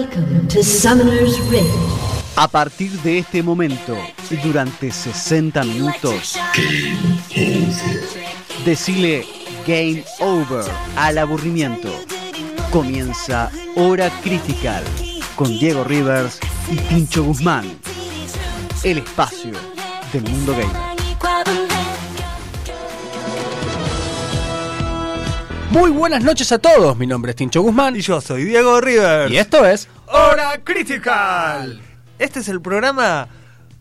Welcome to Summoner's Rift. A partir de este momento, durante 60 minutos, decile Game Over al aburrimiento. Comienza Hora Critical con Diego Rivers y Pincho Guzmán. El espacio del mundo gamer. Muy buenas noches a todos, mi nombre es Tincho Guzmán Y yo soy Diego Rivers. y esto es Hora Critical. Este es el programa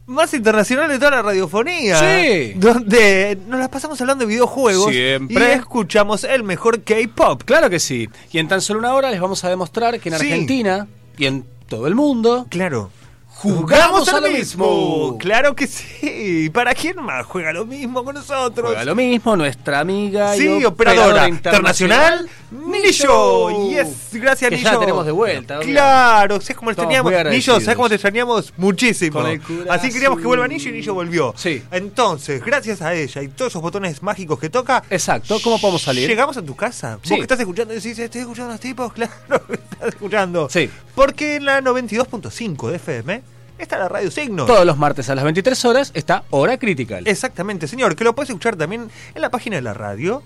más internacional de toda la radiofonía. ¿eh? Sí. Donde nos la pasamos hablando de videojuegos. Siempre. Y escuchamos el mejor K-pop. Claro que sí, y en tan solo una hora les vamos a demostrar que en Sí. Argentina y en todo el mundo Claro. Jugamos a lo mismo. Claro que sí. ¿Para quién más juega lo mismo con nosotros? juega lo mismo nuestra amiga y Sí, operadora internacional, Nillo. Yes, gracias, Que Nillo. ya tenemos de vuelta, obvio. Claro, ¿sabes cómo Estamos extrañamos? muy Nillo, agradecidos. ¿sabes cómo te extrañamos? Muchísimo. Con el cura Así queríamos que azul. vuelva Nillo y Nillo volvió. Sí. Entonces, gracias a ella y todos esos botones mágicos que toca. Exacto, ¿cómo podemos salir? Llegamos a tu casa. Sí. Vos que estás escuchando, decís, estoy escuchando a los tipos, claro, estás escuchando. Sí. Porque en la 92.5 de FM está la radio Signos. Todos los martes a las 23 horas está Hora Critical. Exactamente, señor, que lo puedes escuchar también en la página de la radio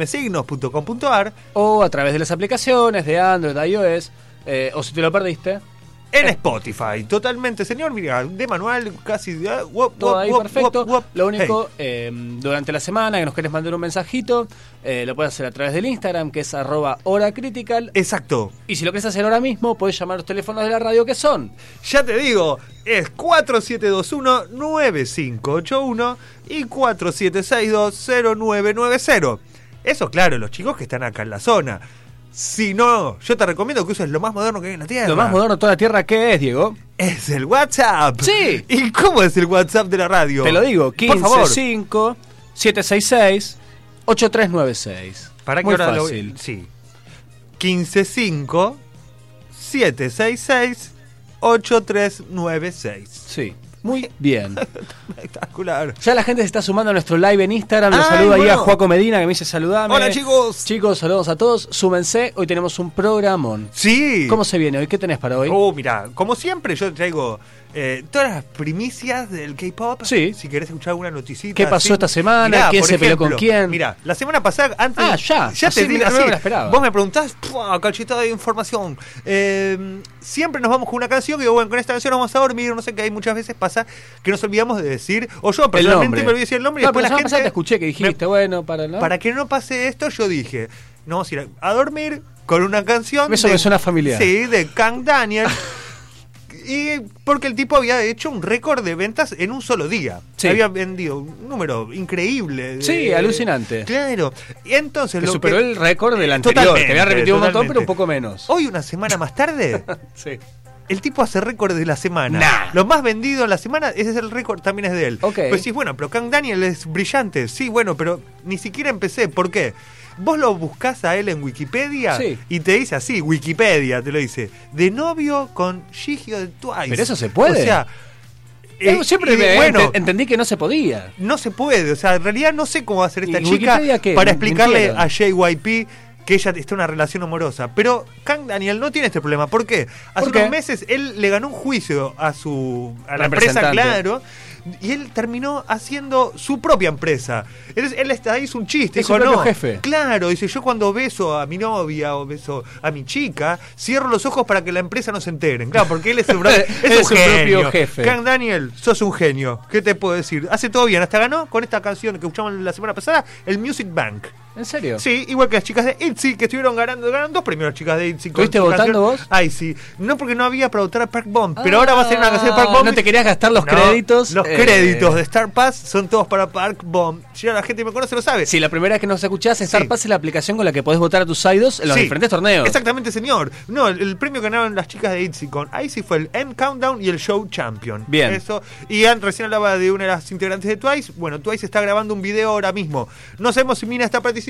www.fmsignos.com.ar O a través de las aplicaciones de Android, iOS, eh, o si te lo perdiste, en Eh. Spotify. Totalmente, señor, mira, de manual casi ah, wop, Todo wop, ahí wop, perfecto. wop, wop. Lo único, eh, durante la semana que nos querés mandar un mensajito, eh, lo puedes hacer a través del Instagram, que es arroba hora critical. Hey, exacto. Y si lo querés hacer ahora mismo, podés llamar a los teléfonos de la radio que son. Ya te digo, es 4721-9581 y 4762-0990. Eso claro, los chicos que están acá en la zona. Si no, yo te recomiendo que uses lo más moderno que hay en la tierra. Lo más moderno de toda la tierra que es, Diego. Es el WhatsApp. Sí. ¿Y cómo es el WhatsApp de la radio? Te lo digo, Por favor. 155 766 8396. ¿Para qué Muy hora lo- fácil. Sí. 155 766 8396. Sí. Muy bien. Espectacular. Ya la gente se está sumando a nuestro live en Instagram. Los Ay, saludo ahí a Ah, bueno. Juaco Medina que me dice saludame. Hola, chicos. Chicos, saludos a todos. Súmense. Hoy tenemos un programón. Sí. ¿Cómo se viene hoy? ¿Qué tenés para hoy? Oh, mira, como siempre yo traigo eh, todas las primicias del K-pop. Sí. Si querés escuchar alguna noticita. ¿Qué pasó esta semana? ¿Quién se peleó con quién? Mira, la semana pasada antes Ah, ya. ya Así te digo no me lo esperaba. Vos me preguntás, ¡pua! cachetada de información. Eh, siempre nos vamos con una canción que digo, bueno, con esta canción nos vamos a dormir, no sé qué hay muchas veces pasa que nos olvidamos de decir o yo personalmente nombre. me olvidé de decir el nombre y No, después pero la semana gente pasada te escuché que dijiste, bueno, para Me- no. para que no pase esto, yo dije, no vamos a ir a a dormir con una canción Eso de- me suena familiar. Sí, de Kang Daniel. Y porque el tipo había hecho un récord de ventas en un solo día. Sí. Había vendido un número increíble. de- Sí, alucinante. Claro. Y entonces que lo superó que- el récord del anterior. Que había Totalmente, repetido un montón, totalmente. pero un poco menos. Hoy, una semana más tarde, Sí. Eh, el tipo hace récord de la semana. Nah. Lo más vendido en la semana, ese es el récord, también es de él. Ok. Pues sí, bueno, pero Kang Daniel es brillante. Sí, bueno, pero ni siquiera empecé. ¿Por qué? Vos lo buscás a él en Wikipedia Sí. y te dice así, Wikipedia te lo dice, de novio con Gigio de Twice. Pero eso se puede. O sea, Eh, eh, siempre y me- bueno, ent- entendí que no se podía. no se puede. O sea, en realidad no sé cómo va a hacer esta ¿Y chica Wikipedia qué? para Me- explicarle mintieron. a JYP que ella está en una relación amorosa. Pero Kang Daniel no tiene este problema. ¿Por qué? Hace ¿Por qué? unos meses él le ganó un juicio a su a la empresa, Representante. claro. Y él terminó haciendo su propia empresa. Entonces él está ahí, hizo un chiste. Es su dijo, propio no, jefe. Claro, dice, yo cuando beso a mi novia o beso a mi chica, cierro los ojos para que la empresa no se enteren. Claro, porque él es, un, es Él es un su propio genio. jefe. Kang Daniel, sos un genio. ¿Qué te puedo decir? Hace todo bien. Hasta ganó con esta canción que escuchamos la semana pasada, el Music Bank. ¿En serio? Sí, igual que las chicas de ITZY que estuvieron ganando, ganaron dos premios las chicas de ITZY. con ¿Estuviste su votando vos? canción. Ay, sí. No porque no había para votar a Park Bomb, pero Ah, ahora va a ser una canción de Park Bomb. No te querías gastar los No, créditos. Los eh, créditos de Star Pass son todos para Park Bomb. Ya la gente que me conoce lo sabe. Si la primera vez que nos escuchás, Star Sí. Pass es la aplicación con la que podés votar a tus idols en los Sí, diferentes torneos. Exactamente, señor. No, el, el premio que ganaron las chicas de ITZY con ITZY fue el M Countdown y el Show Champion. Bien. Eso. Y Ann recién hablaba de una de las integrantes de Twice. Bueno, Twice está grabando un video ahora mismo. No sabemos si Mina está anticipando.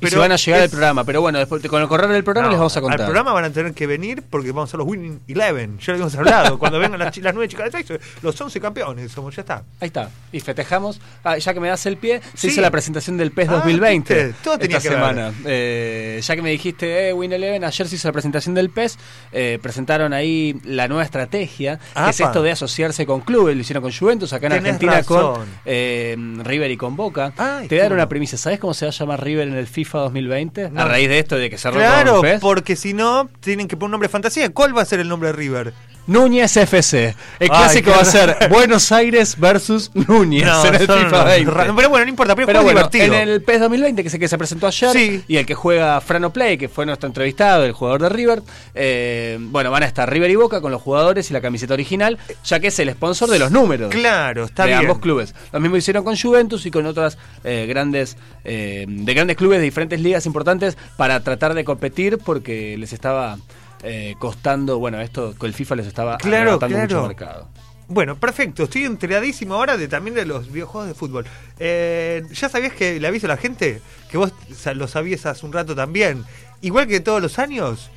Y si van a llegar al programa. Pero bueno, después con el correr del programa No, les vamos a contar. Al programa van a tener que venir porque vamos a ser los Winning Eleven. Ya lo habíamos hablado. Cuando vengan las, chi- las nueve chicas de sexo, los 11 campeones, somos ya está. Ahí está. Y festejamos. Ah, ya que me das el pie, se Sí. hizo la presentación del PES Ah, 2020. viste, todo tenía esta que ver. semana. Eh, ya que me dijiste, eh, Win Eleven, ayer se hizo la presentación del PES. eh, presentaron ahí la nueva estrategia, que es Apa. esto de asociarse con clubes. Lo hicieron con Juventus, acá en Tenés Argentina con razón. eh, River y con Boca. Ay, Te voy a dar qué una bueno. premisa. ¿Sabes cómo se va a llamar River en el FIFA 2020? A No. raíz de esto, de que se rompa Claro, con PES. porque si no, tienen que poner un nombre de fantasía. ¿Cuál va a ser el nombre de River? Núñez FC. El clásico qué va a ser raro. Buenos Aires versus Núñez en el son FIFA unos 20. ra- Pero bueno, no importa, pero, es Pero juego bueno, divertido. en el PES 2020, que es el que se presentó ayer, Sí. y el que juega Frano Play, que fue nuestro entrevistado, el jugador de River, eh, bueno, van a estar River y Boca con los jugadores y la camiseta original, ya que es el sponsor de los números. Claro, está de bien. ambos clubes. Lo mismo hicieron con Juventus y con otras eh, grandes eh, de grandes clubes de diferentes ligas importantes para tratar de competir porque les estaba eh, costando, bueno, esto con el FIFA les estaba Claro, arrebatando claro. mucho mercado. Bueno, perfecto. Estoy enteradísimo ahora de también de los videojuegos de fútbol. Eh, ya sabías que le aviso a la gente que vos sa- lo sabías hace un rato también. Igual que todos los años,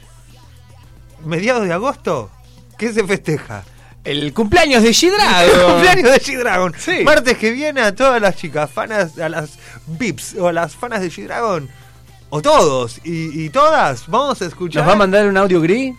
mediados de agosto, ¿qué se festeja? El cumpleaños de G-Dragon. El cumpleaños de G-Dragon. Sí. Martes que viene a todas las chicas fanas, a las VIPs o a las fanas de G-Dragon, o todos y, y todas, vamos a escuchar. ¿Nos va a mandar un audio gris?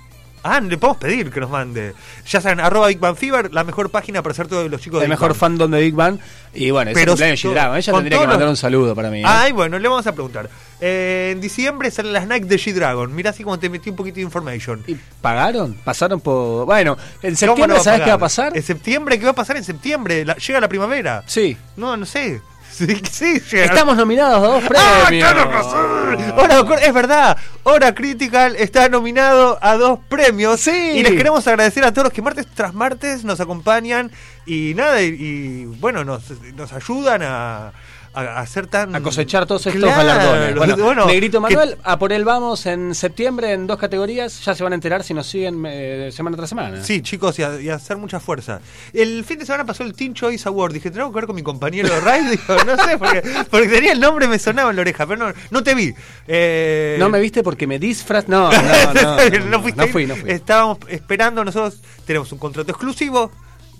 Ah, le podemos pedir que nos mande. Ya saben, arroba Big Bang Fever, la mejor página para hacer todos los chicos de el Big mejor Bang. fandom de Big Bang. Y bueno, es el Pero cumpleaños de con- G-Dragon. Ella con tendría que todos mandar los- un saludo para mí. ¿eh? Ay, bueno, le vamos a preguntar. Eh, en diciembre salen las Nike de G-Dragon. Mirá así como te metí un poquito de information. ¿Y ¿Pagaron? ¿Pasaron por...? Bueno, en ¿Cómo septiembre, no ¿sabes qué va a pagar? pasar? ¿En septiembre? ¿Qué va a pasar en septiembre? La- llega la primavera. Sí. No, no sé. Sí, sí, llega. Estamos nominados a dos ¡Ah, premios. claro, razón! Hora de Ocor- es verdad, Hora Critical está nominado a dos premios. Sí. Y les queremos agradecer a todos los que martes tras martes nos acompañan y nada, y, y, bueno, nos, nos ayudan a, a, a hacer tan. a cosechar todos estos Claro, galardones. Bueno, Negrito que- Manuel, a por él vamos en septiembre en dos categorías. Ya se van a enterar si nos siguen eh, semana tras semana. Sí, chicos, y, a- y hacer mucha fuerza. El fin de semana pasó el Teen Choice Award. Dije, ¿tengo que ver con mi compañero de radio? Digo, no sé, porque, porque tenía el nombre, me sonaba en la oreja, pero no, no te vi. Eh, No me viste porque me disfraz. No, no, no. No, no, fuiste Este. no ahí. fui, no fui. Estábamos esperando, nosotros tenemos un contrato exclusivo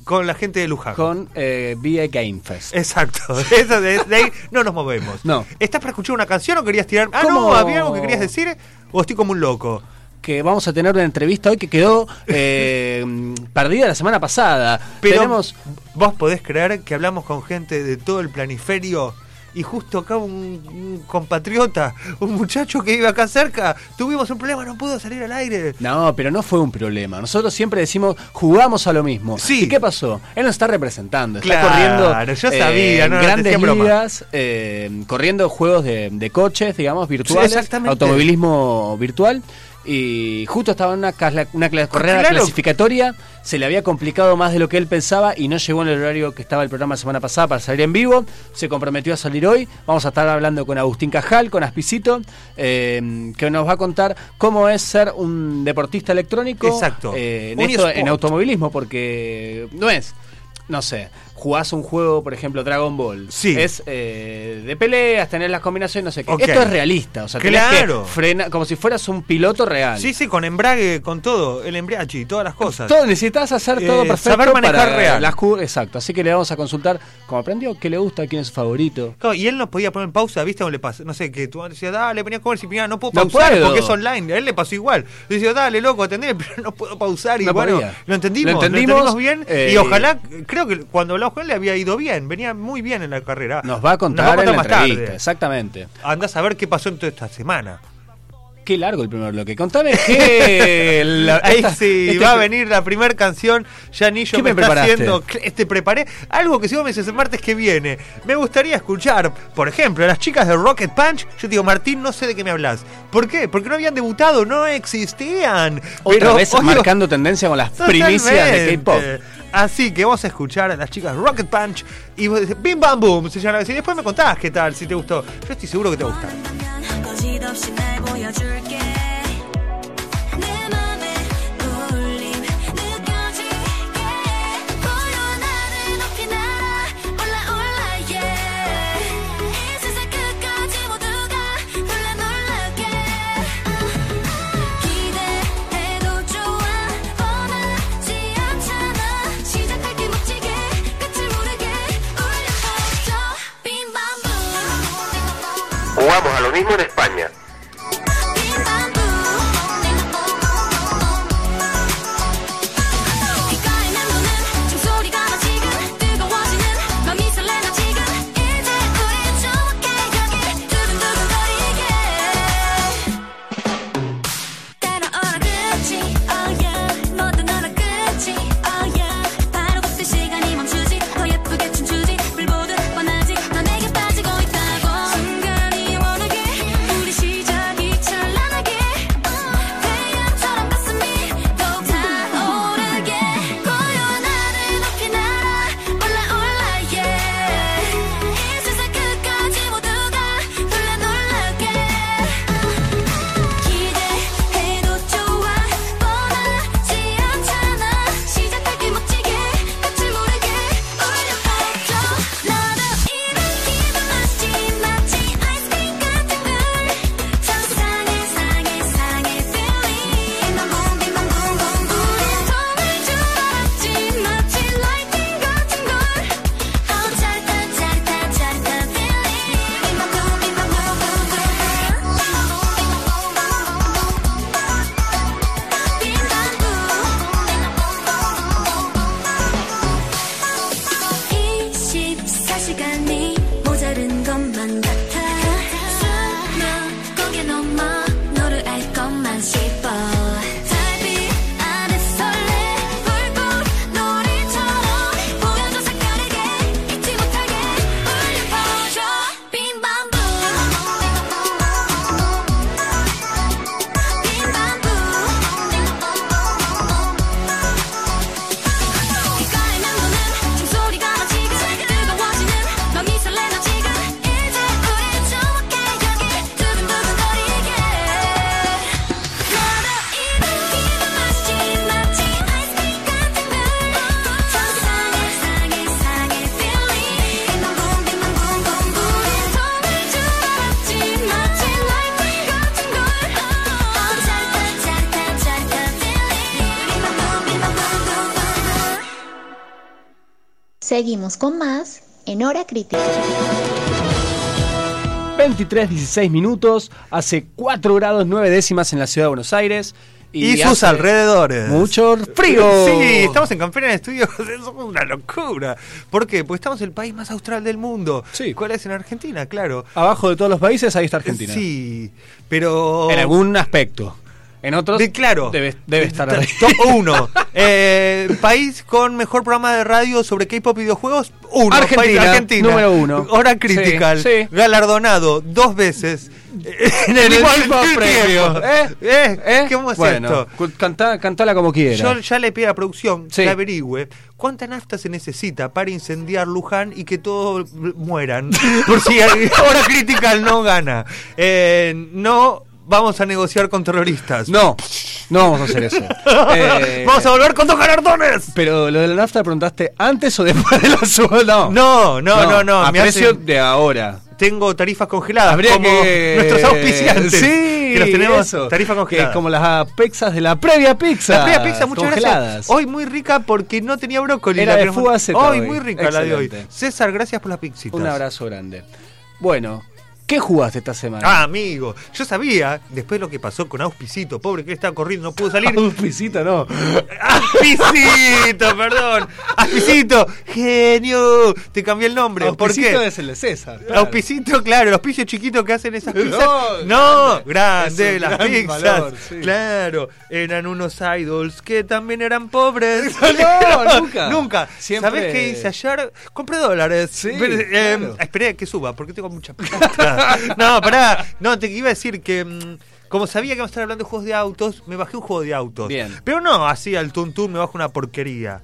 con la gente de Luján. Con eh, VA Game Fest. Exacto, eso de, de ahí no nos movemos. No. ¿Estás para escuchar una canción o querías tirar? Ah, ¿Cómo? no, había algo que querías decir o estoy como un loco. que vamos a tener una entrevista hoy que quedó eh, perdida la semana pasada. Pero Tenemos vos podés creer que hablamos con gente de todo el planiferio y justo acá un, un compatriota, un muchacho que vive acá cerca, tuvimos un problema, no pudo salir al aire. No, pero no fue un problema. Nosotros siempre decimos, jugamos a lo mismo. Sí. ¿Y qué pasó? Él nos está representando. Está Claro, corriendo eh, yo sabía, en no, no, te grandes hacía broma. ligas, eh, corriendo juegos de, de coches, digamos, virtuales, Sí, exactamente. automovilismo virtual. Y justo estaba en una, casla- una cla- carrera Ah, Claro. clasificatoria, se le había complicado más de lo que él pensaba y no llegó en el horario que estaba el programa la semana pasada para salir en vivo. Se comprometió a salir hoy. Vamos a estar hablando con Agustín Cajal, con Aspicito, eh, que nos va a contar cómo es ser un deportista electrónico electrónico, Exacto. eh, en, Un esto- eSport. en automovilismo, porque no es, no sé, jugás un juego, por ejemplo, Dragon Ball. Sí. Es eh, de peleas, tener las combinaciones, no sé qué. Ok. Esto es realista, o sea, tenés Claro. que frenar, como si fueras un piloto real. Sí, sí, con embrague, con todo, el embriache y todas las cosas. Todo, necesitas hacer todo Eh, perfecto. saber manejar para real. Las cur- Exacto. Así que le vamos a consultar, como aprendió, qué le gusta, quién es su favorito. Claro, y él nos podía poner en pausa, ¿viste? O le pasa, no sé, que tu madre decía, dale, venía a comer, si mira, no puedo No pausar puedo. porque es online. A él le pasó igual. Le decía, dale, loco, atendé, pero no puedo pausar. Y No bueno, podía. lo entendimos, Lo lo entendimos, entendimos, bien. eh, y ojalá, creo que cuando hablamos con él le había ido bien, venía muy bien en la carrera. Nos va a contar, en la más tarde. entrevista. Exactamente. Andás a ver qué pasó en toda esta semana. Qué largo el primer bloque. Contame que. Ahí sí, este va a venir la primera canción. Ya ni yo ¿Qué me, me está preparaste? haciendo. cl- Este preparé algo que si vos me dices el martes que viene, me gustaría escuchar, por ejemplo, a las chicas de Rocket Punch. Yo te digo, Martín, no sé de qué me hablas. ¿Por qué? Porque no habían debutado, no existían. Otra Pero, vez odio- marcando tendencia con las primicias de Totalmente. K-pop. Así que vos a escuchar a las chicas Rocket Punch y vos decís, Bim Bam Boom se llama. Y después me contás qué tal, si te gustó. Yo estoy seguro que te gusta. 원한다면 거짓없이 날 보여줄게 내 맘에 울림 느껴지게 보여 나를 높이 날아 올라 올라 yeah 이 세상 끝까지 모두가 mismo en España. oh 순간이 원하게 우리 시작이 찬란하게 태양처럼 가슴이 더욱 타오르게 고요한 하늘 높이 날아 올라올라 yeah 이 세상 끝까지 모두가 놀라 놀라게 기대해도 좋아 뻔하지 않잖아 시작할 게 멋지게 끝을 모르게 올려봐줘 너도 이렇게도 마치 마치 아이스크림 같은 걸 상상해 상해 상해 feeling 넌 붐빔 붐붐 붐붐 통할 줄 알았지 마치 라이팅 같은 걸 Oh 짜릿한 짜릿한 짜릿한 feeling 넌 붐빔 붐붐 붐붐 시간이 모자른 것만 같아 수면 고개 넘어 너를 알 것만 싶어 달빛 아래 설레 불꽃 놀이처럼 보여줘 색다르게 잊지 못하게 울려 퍼져 빈밤붐 빈밤부 빛깔의 맴도는 종소리가 나 지금 뜨거워지는 맘이 설레나 지금 이제 우린 추억의 여기 두근두근거리게 너도 이런 기분 마치 마치 아이스크림 같은 걸 상상해 상해 상해 feeling 넌 빈밤붐붐붐 통할 줄 알았지 마치 라이팅 같은 걸 짜릿한 짜릿한 짜릿한 feeling 빈밤붐 빈밤붐붐붐 Seguimos con más en Hora Crítica. 23, 16 minutos, hace 4 grados 9 décimas en la ciudad de Buenos Aires. Y, sus hace alrededores. Mucho frío. Sí, estamos en Campeones de Estudios. Es una locura. ¿Por qué? Porque estamos en el país más austral del mundo. Sí. ¿Cuál es en Argentina? Claro. Abajo de todos los países, ahí está Argentina. Sí, pero. En algún aspecto. En otros, De- claro. debe, debe estar ahí. Top 1. país con mejor programa de radio sobre K-pop y videojuegos. Uno. Argentina, País- Argentina. número uno. Hora Critical. Sí, sí. Galardonado dos veces. eh, En El mismo mismo premio, tiempo. ¿eh? ¿Eh? ¿Eh? ¿Qué vamos a hacer bueno, esto? cu- cantá- cantala como quieras. Yo ya le pido a la producción Sí. que averigüe cuánta nafta se necesita para incendiar Luján y que todos mueran. Por si ahora Critical no gana. Eh, no vamos a negociar con terroristas. Eh, No, no vamos a hacer eso. Eh, vamos a volver con dos galardones. Pero lo de la nafta preguntaste antes o después de la suba. No, No, no, no, no. a me precio hacen- de ahora. Tengo tarifas congeladas Habría como que- nuestros auspiciantes. Sí, que los tenemos eso. tarifa Que congelada. es como las pizzas de la previa pizza. La fría pizza, muchas congeladas. gracias. Hoy muy rica porque no tenía brócoli. Era la de que nos- fuga Z Hoy hoy. muy rica la de hoy. Excelente. César, gracias por las pixitas. Un abrazo grande. Bueno, ¿qué jugaste esta semana? Ah, amigo, yo sabía, después de lo que pasó con Auspicito, pobre que él estaba corriendo, no pudo salir. un pisito, no. Auspicito, perdón. Auspicito, genio. Te cambié el nombre. Auspicito ¿Por qué? es el de César. claro. Auspicito, claro, los pisos chiquitos que hacen esas pizzas. No, No, es grande, un las gran pizzas. valor, sí. Claro, eran unos idols que también eran pobres. No, nunca. Nunca. Siempre- ¿Sabés qué hice ayer? Compré dólares. Sí, Pero, eh, claro. Esperé a que suba, porque tengo mucha plata. no, pará. No, te iba a decir que. mm, como sabía que iba a estar hablando de juegos de autos, me bajé un juego de autos. Bien. Pero no así al tuntún me bajo una porquería.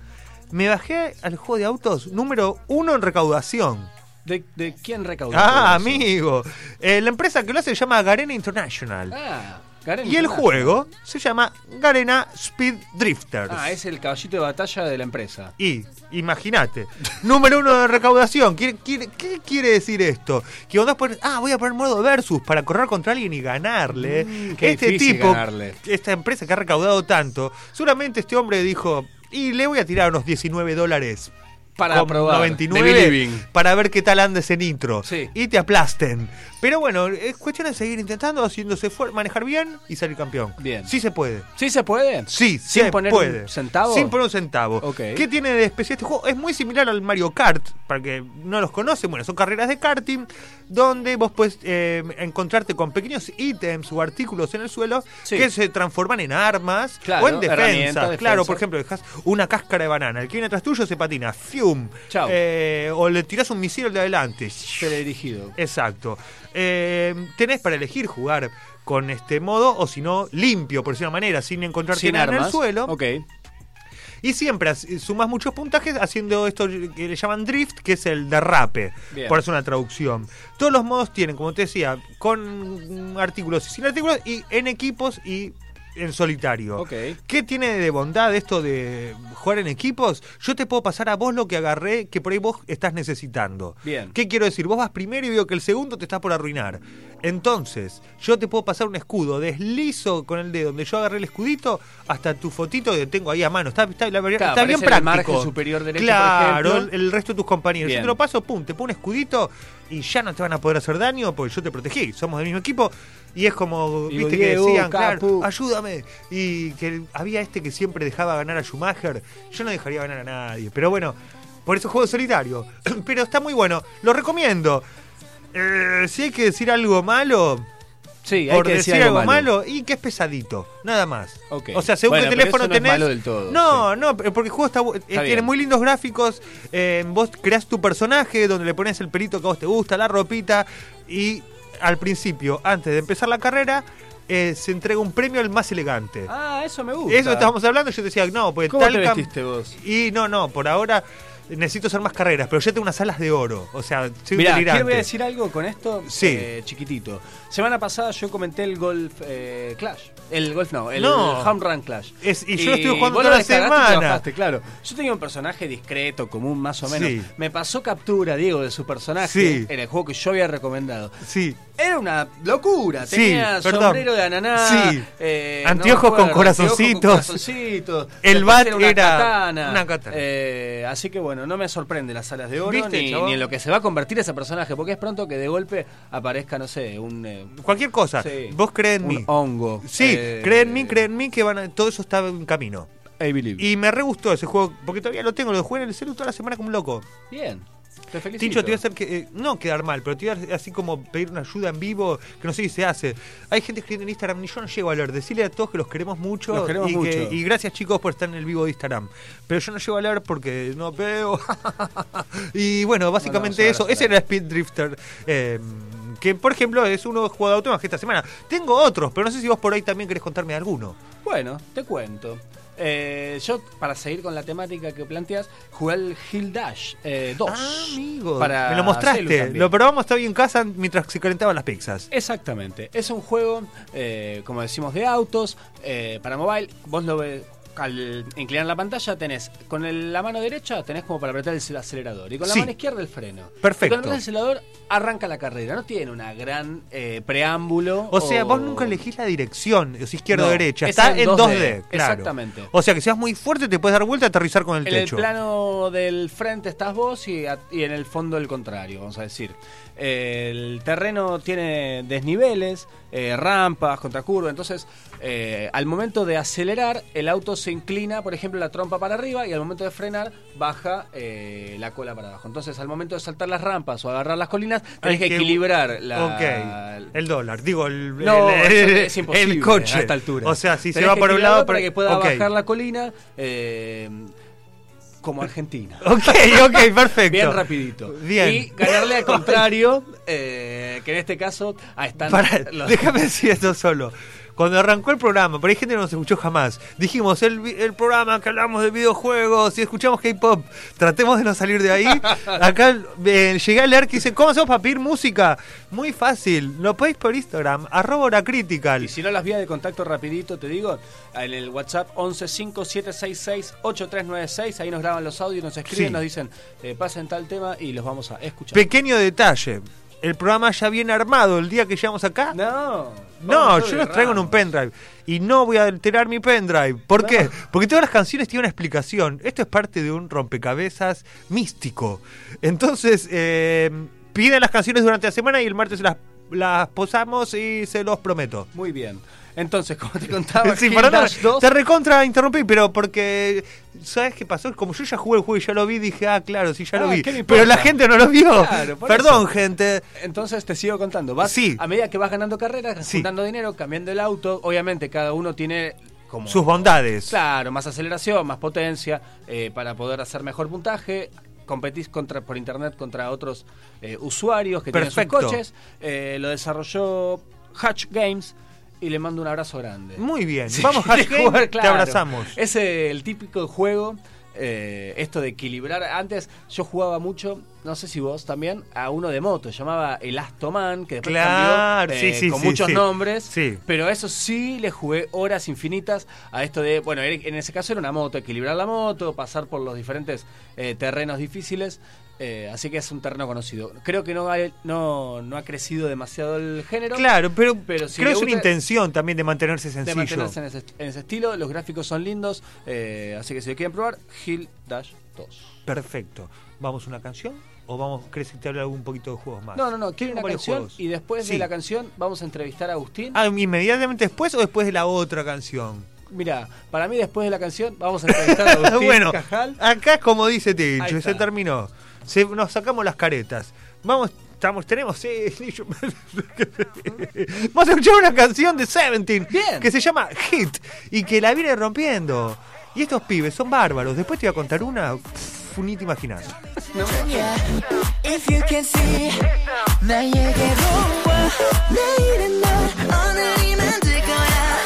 Me bajé al juego de autos número uno en recaudación. ¿De, de quién recaudó? Ah, todo eso? amigo. Eh, la empresa que lo hace se llama Garena International. Ah, Karen Y el Nicolás. juego se llama Garena Speed Drifters. Ah, es el caballito de batalla de la empresa. Y, imagínate, número uno de recaudación. ¿Qué, qué, qué quiere decir esto? Que vos poner, ah, voy a poner modo versus para correr contra alguien y ganarle. Mm, qué este difícil tipo, ganarle. esta empresa que ha recaudado tanto, seguramente este hombre dijo, y le voy a tirar unos 19 dólares. Para con probar, 99 de Believing. para ver qué tal andes en intro Sí. y te aplasten. Pero bueno, es cuestión de seguir intentando, haciéndose fuerte, manejar bien y salir campeón. Bien. Sí se puede. ¿Sí se puede? Sí, sin se poner puede. un centavo. Sin poner un centavo. Ok. ¿Qué tiene de especial este juego? Es muy similar al Mario Kart, para que no los conoce. Bueno, son carreras de karting donde vos puedes eh, encontrarte con pequeños ítems o artículos en el suelo Sí. que se transforman en armas Claro, o en defensas. herramientas, Claro, defensas. por ejemplo, dejas una cáscara de banana. El que viene atrás tuyo se patina. ¡Fium! Chau. Eh, o le tirás un misil al de adelante. Teledirigido. Exacto. Eh, tenés para elegir jugar con este modo o si no limpio por decirlo de una manera sin encontrarte Sin nada armas. en el suelo Ok. y siempre as- sumas muchos puntajes haciendo esto que le llaman drift, que es el derrape, Bien. por hacer una traducción. Todos los modos tienen, como te decía, con mm, artículos y sin artículos, y en equipos y en solitario. Ok. ¿Qué tiene de bondad esto de jugar en equipos? Yo te puedo pasar a vos lo que agarré, que por ahí vos estás necesitando. Bien. ¿Qué quiero decir? Vos vas primero y veo que el segundo te está por arruinar. Entonces, yo te puedo pasar un escudo, deslizo con el dedo donde yo agarré el escudito hasta tu fotito que tengo ahí a mano. Está, está- la verdad- Claro, está aparece bien en el práctico. margen superior derecho, claro, por ejemplo. el, el resto de tus compañeros. Bien. Yo te lo paso, pum, te pongo un escudito y ya no te van a poder hacer daño porque yo te protegí. Somos del mismo equipo. Y es como, Y viste, Diego, que decían, claro, capu. ayúdame. Y que había este que siempre dejaba ganar a Schumacher. Yo no dejaría ganar a nadie. Pero bueno, por eso juego solitario. Pero está muy bueno. Lo recomiendo. Eh, si hay que decir algo malo, Sí, hay por que decir, algo malo. y que es pesadito, nada más. Ok. O sea, según Bueno, qué pero teléfono eso no es tenés. malo del todo, no, no, pero porque el juego está, bu- eh, tiene bien. muy lindos gráficos. eh, vos creas tu personaje donde le pones el pelito que a vos te gusta, la ropita. Y al principio, antes de empezar la carrera, eh, se entrega un premio al más elegante. Ah, eso me gusta. Eso estábamos hablando, yo te decía, no, pues ¿Cómo tal te cam- vestiste vos? Y no, no, por ahora necesito hacer más carreras, pero yo tengo unas alas de oro. O sea, soy un Mirá, delirante. quiero voy a decir algo con esto Sí. eh, chiquitito. Semana pasada yo comenté el Golf eh, Clash. El Golf no, el No. Home Run Clash. Es- y yo lo estuve jugando vos lo toda la descargaste y semana. trabajaste, claro. Yo tenía un personaje discreto, común más o menos. Sí. Me pasó captura, Diego, de su personaje Sí. en el juego que yo había recomendado. Sí. Era una locura. Sí, Tenía perdón. sombrero de ananá. Sí. eh, Anteojos me acuerdo, con corazoncitos. anteojos con corazoncitos. El Después bat una era katana. una katana. Eh, así que bueno, no me sorprende las alas de oro ¿Viste, ni, chabón? ni en lo que se va a convertir ese personaje, porque es pronto que de golpe aparezca, no sé, un. eh, Cualquier cosa. sí, Vos crees en un mí. hongo. Sí, Eh, creen en mí, creen en mí que van a- todo eso está en camino. I believe. Y me re gustó ese juego, porque todavía lo tengo, lo jugué en el celu toda la semana como un loco. Bien. Te felicito. Tincho, te voy a hacer que, eh, no quedar mal, pero te voy a hacer así como pedir una ayuda en vivo, que no sé si se hace. Hay gente escribiendo en Instagram, ni yo no llego a leer. Decirle a todos que los queremos mucho. Los queremos y, que- mucho. y gracias chicos por estar en el vivo de Instagram. Pero yo no llego a leer porque no veo. y bueno, básicamente Mandamos eso. abrazos. Ese era Speed Drifter. eh, que por ejemplo es uno de los juegos de autómatas que esta semana. Tengo otros, pero no sé si vos por ahí también querés contarme alguno. Bueno, te cuento. Eh, yo, para seguir con la temática que planteas, jugué al Hill Dash 2. Ah, amigo. Para me lo celu mostraste. también. Lo probamos todavía en casa mientras se calentaban las pizzas. Exactamente. Es un juego, eh, como decimos, de autos, eh, para mobile. Vos lo ves. Al inclinar la pantalla tenés con el- la mano derecha tenés como para apretar el acelerador y con la Sí. mano izquierda el freno. Perfecto. Y con el acelerador arranca la carrera. No tiene una gran eh, preámbulo. O sea, vos nunca elegís la dirección, o sea, izquierda o Oh. No, derecha. es Está en en 2D, 2D, claro. exactamente. O sea, que seas muy fuerte, te puedes dar vuelta y aterrizar con el En el techo. plano del frente estás vos y, a- y en el fondo el contrario, vamos a decir. El terreno tiene desniveles, eh, rampas, contracurva, entonces eh, al momento de acelerar el auto se inclina, por ejemplo, la trompa para arriba y al momento de frenar baja eh, la cola para abajo. Entonces al momento de saltar las rampas o agarrar las colinas tenés Hay que, que- equilibrar la... Ok, el dólar, digo, el, No, el- eso el- es imposible eh, el coche. a esta altura. O sea, si Tenés se va que para un lado. equilibrarlo para pero- que pueda ok. bajar la colina eh, como Argentina. Ok, ok, perfecto. Bien rapidito. Bien. Y ganarle al contrario, eh, que en este caso ah, están Pará, los- déjame decir esto solo. Cuando arrancó el programa, por ahí gente que no nos escuchó jamás, dijimos, el, vi- el programa que hablamos de videojuegos y escuchamos K-Pop, tratemos de no salir de ahí. Acá eh, llegué a leer que dice, ¿cómo hacemos para pedir música? Muy fácil, lo podéis por Instagram, arroba hora critical. Y si no las vías de contacto rapidito, te digo, en el WhatsApp 1157668396, ahí nos graban los audios, nos escriben, Sí. nos dicen, eh, pasen tal tema y los vamos a escuchar. Pequeño detalle. el programa ya bien armado el día que llegamos acá. No. No, yo los traigo en un pendrive. Y no voy a alterar mi pendrive. ¿Por No. qué? Porque todas las canciones tienen una explicación. Esto es parte de un rompecabezas místico. Entonces, eh, piden las canciones durante la semana y el martes las, las posamos y se los prometo. Muy bien. Entonces, como te contaba, Sí, Kill pará, Dash 2, te recontra interrumpí, pero porque ¿sabes qué pasó? Como yo ya jugué el juego y ya lo vi, dije, ah, claro, sí, ya lo Ah, vi. ¿qué me Pero importa? la gente no lo vio. Claro, por Perdón, eso. gente. Entonces te sigo contando. Vas, Sí. A medida que vas ganando carreras, Sí. juntando dinero, cambiando el auto, obviamente cada uno tiene como Sus bondades. Claro, más aceleración, más potencia, eh, para poder hacer mejor puntaje. Competís contra, por internet contra otros eh, usuarios que Perfecto. tienen sus coches. Eh, lo desarrolló Hatch Games y le mando un abrazo grande. Muy bien. Si Vamos a querés jugar, claro. Te abrazamos. Es eh, el típico juego, eh, esto de equilibrar. Antes yo jugaba mucho, no sé si vos también, a uno de moto, llamaba Elastoman, que después Claro, cambió, eh, sí, sí, con sí, muchos sí. nombres. Sí. Pero eso sí le jugué horas infinitas a esto de, bueno, era- en ese caso era una moto, equilibrar la moto, pasar por los diferentes eh, terrenos difíciles. eh, así que es un terreno conocido. Creo que no, ha- no, no ha crecido demasiado el género. Claro, pero, Pero si creo le es una gusta- intención también de mantenerse de sencillo. mantenerse en ese, en ese estilo. Los gráficos son lindos, eh, así que si lo quieren probar, Hill Dash 2. Perfecto. ¿Vamos a una canción? ¿O vamos, crees que te habla algún poquito de juegos más? No, no, no, quieren Tengo una varios canción juegos. y después Sí. de la canción vamos a entrevistar a Agustín. Ah, ¿Inmediatamente después o después de la otra canción? Mira, para mí después de la canción vamos a entrevistar a Agustín bueno, Cajal. acá es como dice Ahí Tincho, está. se terminó. Se- nos sacamos las caretas. Vamos, estamos, tenemos. sí, yo- Vamos a escuchar una canción de Seventeen Bien. que se llama Hit y que la viene rompiendo. Y estos pibes son bárbaros. Después te voy a contar una. pff, ni te imaginas. If you can see 나에게로 와 내일은 날 오늘이면 될 거야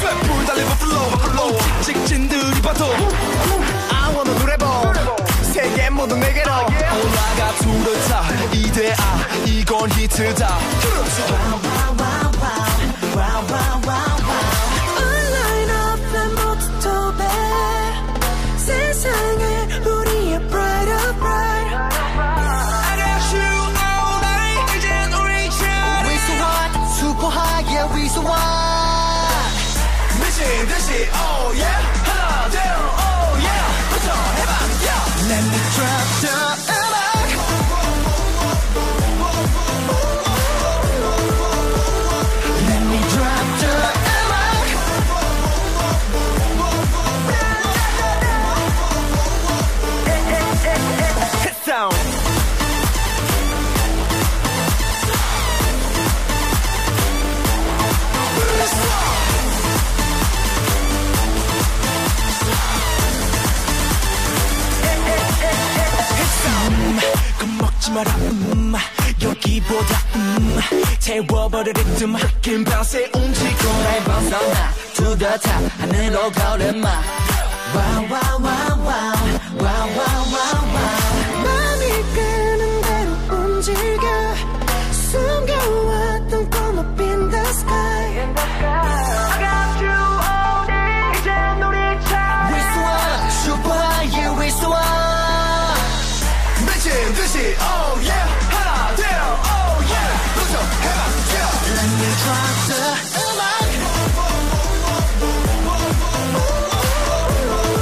쇠풀 달리고 플로우 플로우 직진들이 봐도 I wanna do rebel 세계 모두 내게로 올라가 두르자 이대아 이건 히트다 Online, offline 모두 도배 세상에 우리의 brighter bright I got you all night 이젠 우리 차례 We so hot 슈퍼하게 we so hot 미친 듯이 oh yeah 하나 둘 oh yeah 도전해봐 yeah Let me drop the 음악 Let me drop the 음악 Hit sound 겁먹지 마라 음 여기보다 음 채워버릴 리듬 긴 밤새 움직여 날 벗어나 to the top 하늘로 걸음마 와우 와우 와우 와우 와우 와우 와우 맘이 끄는 대로 움직여 숨겨왔던 꿈 up in the sky We so high super high yeah we so high 미친 듯이 oh yeah 하나 둘 oh yeah 도전해봐 yeah Let me drop the 음악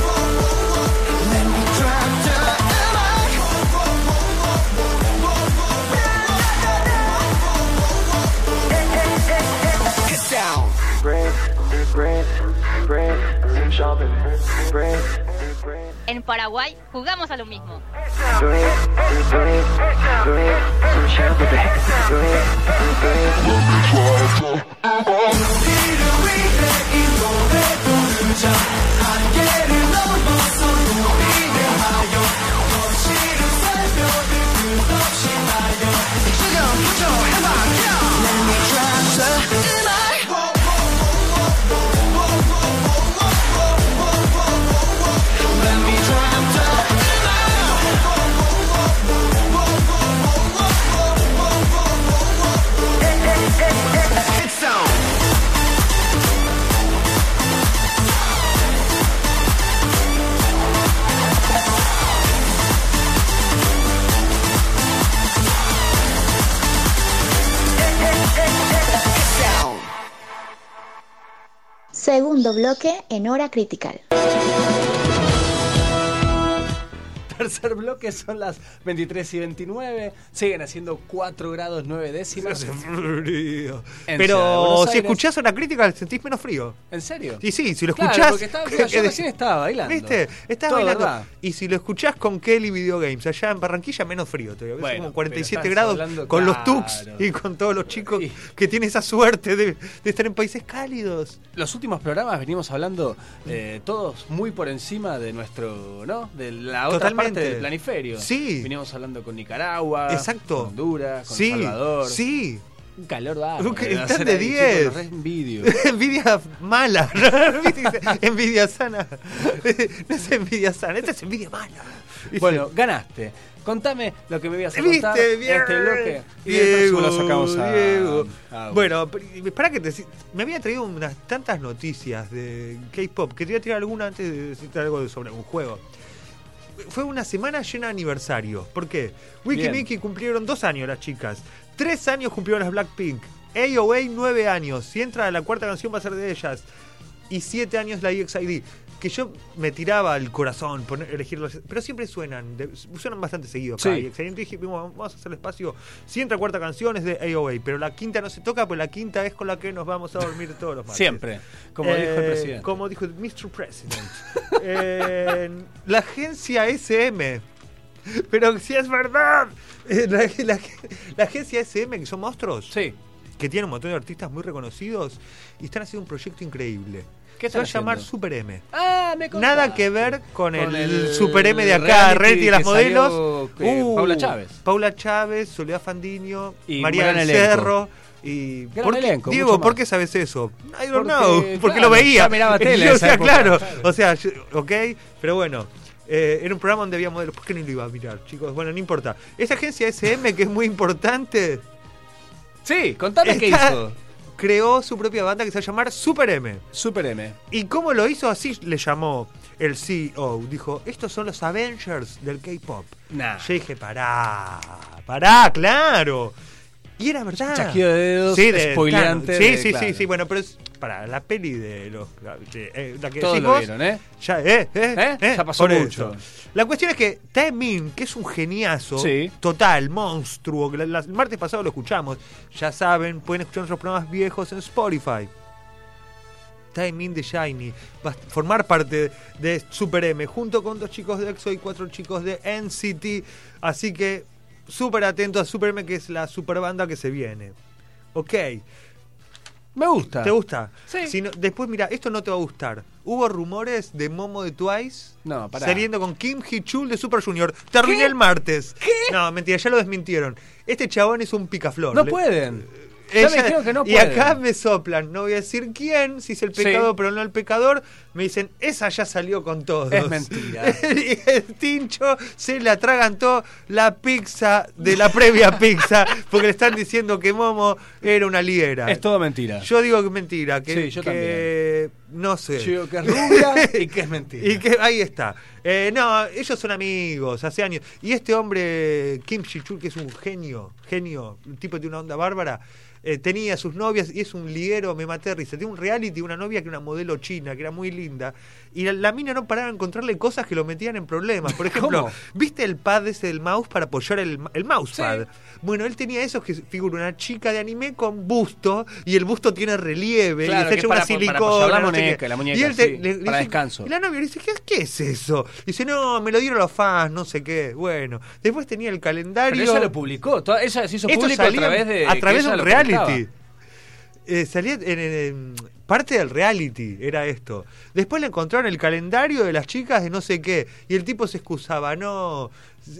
Let me drop the 음악 Hit sound Breath, breath, breath, shopping. Breath, breath. En Paraguay jugamos a lo mismo. Breath, breath, breath, shopping. Breath, breath. Hit sound. Segundo bloque en hora critical. Tercer bloque son las 23 y 29. Siguen haciendo 4 grados 9 décimas. Frío. En Ciudad de Pero Buenos si Aires. escuchás una crítica, sentís menos frío. ¿En serio? Y sí, si lo Claro, escuchás. porque estaba- mira, yo recién estaba bailando. ¿Viste? Estaba Todo bailando. verdad. Y si lo escuchás con Kelly Videogames, allá en Barranquilla, menos frío. Te ves Bueno, como 47 pero estás grados hablando- con los claro. Tux y con todos los chicos que tienen esa suerte de, de estar en países cálidos. Los últimos programas venimos hablando eh, todos muy por encima de nuestro, ¿no? De la otra Totalmente. parte del planiferio. Sí. Venimos hablando con Nicaragua, Exacto. Ah, con Honduras, con sí, Salvador. sí. Un calor bárbaro. Un ca- debe están hacer de ahí, chicos, 10. los re envidio. envidia mala. ¿no? ¿Viste que dice, envidia sana. no es envidia sana, esta es envidia mala. Dice, Bueno, ganaste. Contame lo que me ibas a contar ¿Viste? en Bien. este bloque. Y del Diego, próximo lo sacamos a... Diego. a- Bueno, para que te si- me había traído unas tantas noticias de K-pop. Quería tirar alguna antes de decirte algo sobre un juego. Fue una semana llena de aniversarios. ¿Por qué? Wiki Bien. Miki cumplieron dos años las chicas. Tres años cumplieron las Blackpink. AOA nueve años. Si entra la cuarta canción va a ser de ellas. Y siete años la E EXID. Que yo me tiraba al corazón por elegirlos. Pero siempre suenan. de- suenan bastante seguido acá. Sí. EXID. Entonces dije, "Vamos- vamos a hacer espacio. Si entra cuarta canción es de AOA. Pero la quinta no se toca, pues la quinta es con la que nos vamos a dormir todos los martes. Siempre, como dijo el Eh, presidente. Como dijo el Mr. President. Eh, la agencia SM. Pero si es verdad. Eh, La, la- la agencia SM, que son monstruos. Sí. Que tiene un montón de artistas muy reconocidos. Y están haciendo un proyecto increíble. ¿Qué Se va a están llamar haciendo? Super M. Ah, me contaste. Nada que ver con, el, el Super M de acá, reality Reti y las que modelos. Uh, salió, eh, Paula Chávez. Paula Chávez, Soledad Fandiño, Y María gran del elenco. Cerro. Y Gran ¿por qué- elenco, Diego, mucho más. ¿por qué sabes eso? I don't Porque, know, porque claro, lo veía. ya miraba tele Yo, en o esa sea, época, claro, claro. o sea, yo- ok, pero bueno. eh, era un programa donde había modelos. ¿Por qué no lo iba a mirar, chicos? Bueno, no importa. Esa agencia SM, que es muy importante, Sí, contame qué está- hizo. creó su propia banda que se va a llamar Super M. Super M. ¿Y cómo lo hizo? Así le llamó el CEO. Dijo, estos son los Avengers del K-Pop. Nah. Yo dije, pará, pará, claro. Y era verdad. Chasquido de dedos, spoileante Sí, de- sí, claro. sí, sí. Bueno, pero es para la peli de los... de- eh, la que Todos decís lo vos, vieron, ¿eh? Ya, eh, eh, ¿Eh? eh, Ya pasó por mucho. eso. La cuestión es que Taemin, que es un geniazo, Sí. total, monstruo, que la- la- el martes pasado lo escuchamos, ya saben, pueden escuchar nuestros programas viejos en Spotify. Taemin de Shiny va a formar parte de Super M junto con dos chicos de EXO y cuatro chicos de NCT. Así que súper atento a Super M, que es la super banda que se viene. Ok, Me gusta. ¿te gusta? Sí. Si no- después, mira, esto no te va a gustar. Hubo rumores de Momo de Twice No, pará. saliendo con Kim Hee-chul de Super Junior. Te arruiné el martes. ¿Qué? No, mentira, ya lo desmintieron. Este chabón es un picaflor. No Le- pueden. Ya ella- me dijeron que no y pueden. acá me soplan, no voy a decir quién, si es el pecado, Sí. pero no el pecador. Me dicen, esa ya salió con todos. Es mentira. y el tincho se le atragantó la pizza de la previa pizza, porque le están diciendo que Momo era una liera. Es todo mentira. Yo digo que es mentira, que, Sí, yo que- no sé. Yo digo que es rubia y que es mentira. Y que ahí está. Eh, no, ellos son amigos, hace años. Y este hombre, Kim Shichul, que es un genio, genio, un tipo de una onda bárbara, eh, tenía sus novias y es un liguero, me maté de risa. Tiene un reality, una novia que era una modelo china, que era muy linda. Y la, la mina no paraba de encontrarle cosas que lo metían en problemas. Por ejemplo, ¿Cómo? ¿viste el pad ese del mouse para apoyar el, ma- el mousepad? Sí. Bueno, él tenía esos que figura una chica de anime con busto y el busto tiene relieve Claro, y que está hecha para- para una silicona. apoyar la no sé qué. muñeca, la muñeca, Y él te- sí, para descanso. y la novia le dice, ¿qué, qué es eso? Y dice, no, me lo dieron los fans, no sé qué. Bueno, después tenía el calendario. Pero ella lo publicó. toda- ella se hizo Esto público a salía través de. a través que de ella un lo reality. publicaba. Eh, salía en, en- en- parte del reality, era esto. Después le encontraron el calendario de las chicas de no sé qué. Y el tipo se excusaba, no,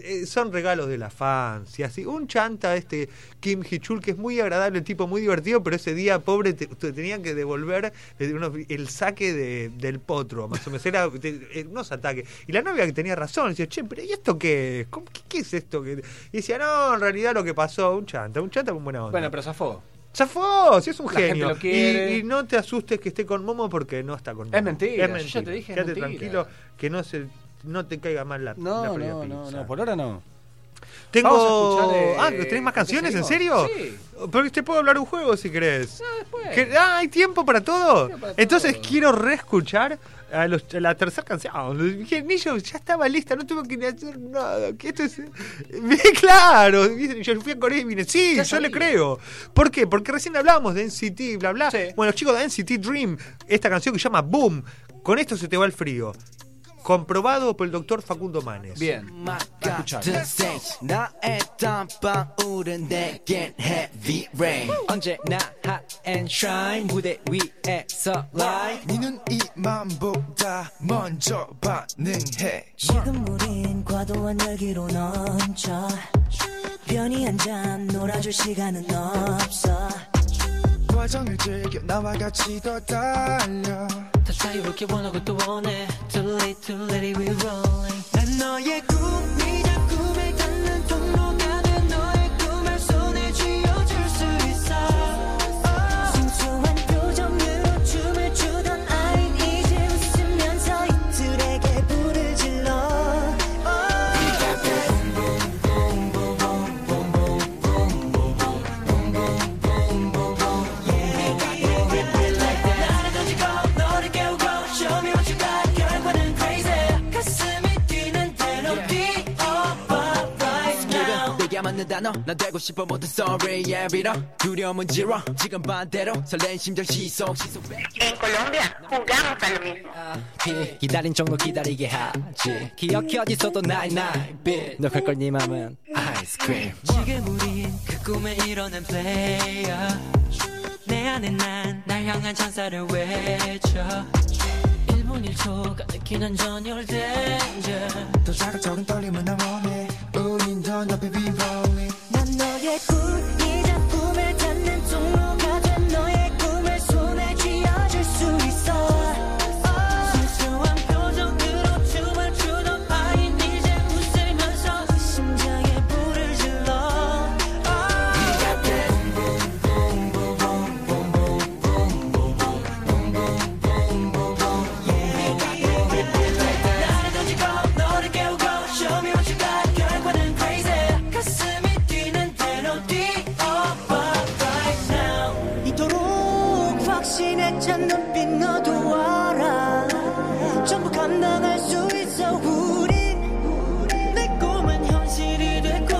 eh, son regalos de las fans. Y así, un chanta este Kim Hichul, que es muy agradable, tipo muy divertido, pero ese día, pobre, te, te tenían que devolver eh, unos- el saque de- del potro, más o menos. Era te- eh, unos ataques. Y la novia que tenía razón, decía, che, pero ¿y esto qué es? ¿Cómo- qué, qué es esto? que-?" Y decía, no, en realidad lo que pasó, un chanta, un chanta con buena onda. Bueno, pero zafó. Zafó, si es un La gente genio. lo quiere. Y, y no te asustes que esté con Momo porque no está con Momo. Es mentira, Es yo mentira. ya te dije, es Quédate mentira. tranquilo que no se no te caiga mal la, la No, previa no, no, pizza. no. Por ahora no. Tengo. Vamos a escuchar, eh, ah, ¿tenés más canciones? ¿En seguimos? serio? Porque te puedo hablar un juego si querés. Que- ah, ¿hay tiempo para todo? Entonces quiero reescuchar a, los- a la tercera canción. Dije, Nillo, ya estaba lista, no tuve que ni hacer nada. Que esto es... claro, dicen, yo fui a Corea y vine. Sí, yo le creo. ¿Por qué? Porque recién hablábamos de NCT, bla, bla. Bueno, los chicos de NCT Dream, esta canción que se llama Boom, con esto se te va el frío. Comprobado por el doctor Facundo Manes. Bien. 같은 stage 나의 땀방울은 내겐 heavy rain 언제나 hot and shine 무대 위에서 light 네눈 이만보다 먼저 반응해 지금 우린 과도한 열기로 넘쳐 편히 앉아 놀아줄 시간은 없어 과정을 즐겨 나와 같이 더 달려 더 자유롭게 원하고 또 원해 Too late too late we rolling 난 너의 꿈이 자 꿈에 닿는 통로 나는 너의 꿈을 손에 쥐어줄 수 있어 순수한 표정으로 춤을 추던 아인 이제 웃으면서 이들에게 불을 질러 나를 던지고 너를 깨우고 Show me what you got 결과는 crazy 가슴이 뛰는 Oh, 대로 Be over right now 내게 맞는 단어 난 되고 싶어 모든 sorry yeah 빌어 두려움은 지워 지금 반대로 설레는 심장 시속 시속 En Colombia jugamos a lo mismo. 피 기다린 정도 기다리게 하지 기억이 어디서도 나의 나의 빛 녹할걸 네 맘은 아이스크림 지금 우린 그 꿈에 이뤄낸 플레이어 내 안에 난날 향한 찬사를 외쳐 1분 1초가 느끼는 전율 danger 더 자극적인 떨림은 나 원해 우린 더 높이 be rolling 난 너의 꿈이자 꿈을 찾는 통로가 된 너의 꿈을 손에 쥐어줄 수 있어 순수한 표정으로 춤을 추던 아인 이제 웃으면서 심장에 불을 질러 나를 던지고 너를 깨우고 Show me what you got 결과는 crazy 가슴이 뛰는 대로 뛰어봐 right now 이토록 확신했던 눈빛 너도 알아 전부 감당할 수 있어 우린 내 꿈은 현실이 되고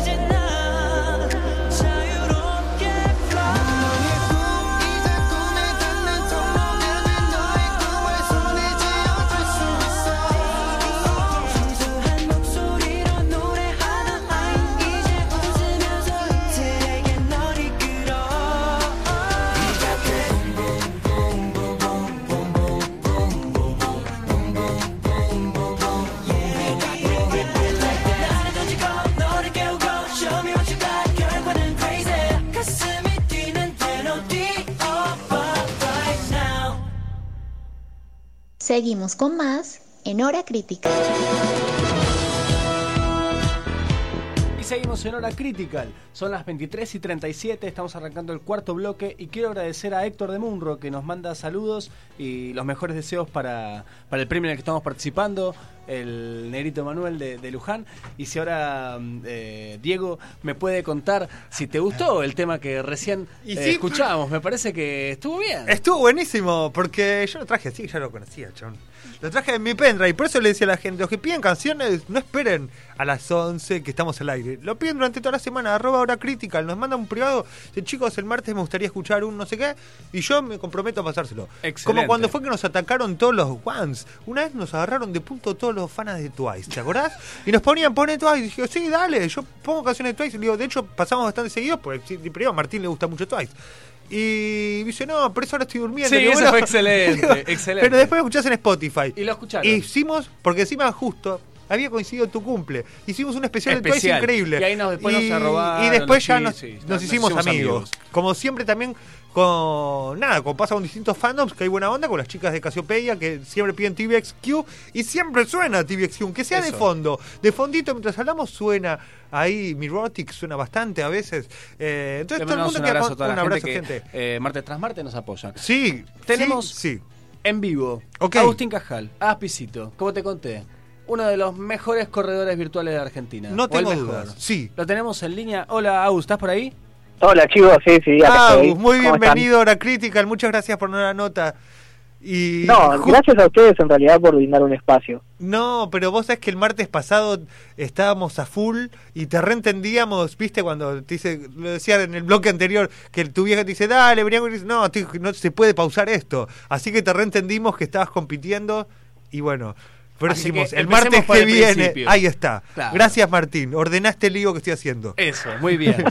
이제 나 자유롭게 fly 이제 꿈에 닿는 통로 나는 너의 꿈을 손에 쥐어줄 수 있어 순수한 목소리로 노래하던 아이 이제 웃으면서 이들에게 널 이끌어 나를 던지고 너를 깨우고 Show me what you got 결과는 crazy 가슴이 뛰는 대로 뛰어봐 right now Seguimos con más en Hora Crítica. Y seguimos en Hora Critical. Son las 23 y 37, estamos arrancando el cuarto bloque y quiero agradecer a Héctor de Munro que nos manda saludos y los mejores deseos para, para el premio en el que estamos participando, el Negrito Manuel de, de Luján. Y si ahora mm, eh, Diego me puede contar si te gustó el tema que recién Y eh, sí. escuchábamos, me parece que estuvo bien. Estuvo buenísimo, porque yo lo traje así, ya lo conocía, chon. Lo traje en mi pendrive, por eso le decía a la gente, los que piden canciones, no esperen a las 11 que estamos al aire. Lo piden durante toda la semana, arroba hora crítica, nos manda un privado, dice, chicos, el martes me gustaría escuchar un no sé qué, y yo me comprometo a pasárselo. Excelente. Como cuando fue que nos atacaron todos los Ones. Una vez nos agarraron de punto todos los fans de Twice, ¿te acordás? Y nos ponían, pone Twice. Y dije, sí, dale, yo pongo canciones de Twice. Y le digo, de hecho, pasamos bastante seguidos, porque sí, primero a Martín le gusta mucho Twice. Y me dice, no, pero eso ahora estoy durmiendo. Sí, Y digo, eso fue excelente, excelente. Pero después lo escuchás en Spotify. E Y lo escucharon. Hicimos, porque encima justo... Había coincidido tu cumple. Hicimos un especial, de Twice Especial. increíble. Y ahí nos- después nos arrobaron, y después nos- ya sí, nos, sí, nos nos hicimos, hicimos amigos. amigos. Como siempre también con nada, con pasa con distintos fandoms que hay buena onda con las chicas de Casiopeia que siempre piden TVXQ y siempre suena TVXQ, aunque sea de Eso. fondo, de fondito mientras hablamos suena ahí Mirotic suena bastante a veces. Eh, entonces Le todo el mandamos mundo un queda abrazo con- a toda un la abrazo, gente, gente. que eh, martes tras martes nos apoyan. Sí, tenemos sí, en vivo Ok. Agustín Cajal, Aspicito, como te conté. uno de los mejores corredores virtuales de Argentina. O No el tengo mejor. dudas. Sí. Lo tenemos en línea. Hola, Agus, ¿estás por ahí? Hola chicos, sí, sí, acá Ah, estoy. muy ¿Cómo bienvenido a Hora Critical, muchas gracias por la nota. Y están? No, ju- gracias a ustedes en realidad por brindar un espacio. No, pero vos sabés que el martes pasado estábamos a full y te reentendíamos, viste, cuando te dice, lo decía en el bloque anterior, que tu vieja te dice, dale, Brian, y dice, no, estoy- no se puede pausar esto. Así que te reentendimos que estabas compitiendo y bueno, pero Así dijimos, que el empecemos martes por que el viene, principio. ahí está. Claro. Eh. Gracias Martín, ordenaste el lío que estoy haciendo. Eso, muy bien.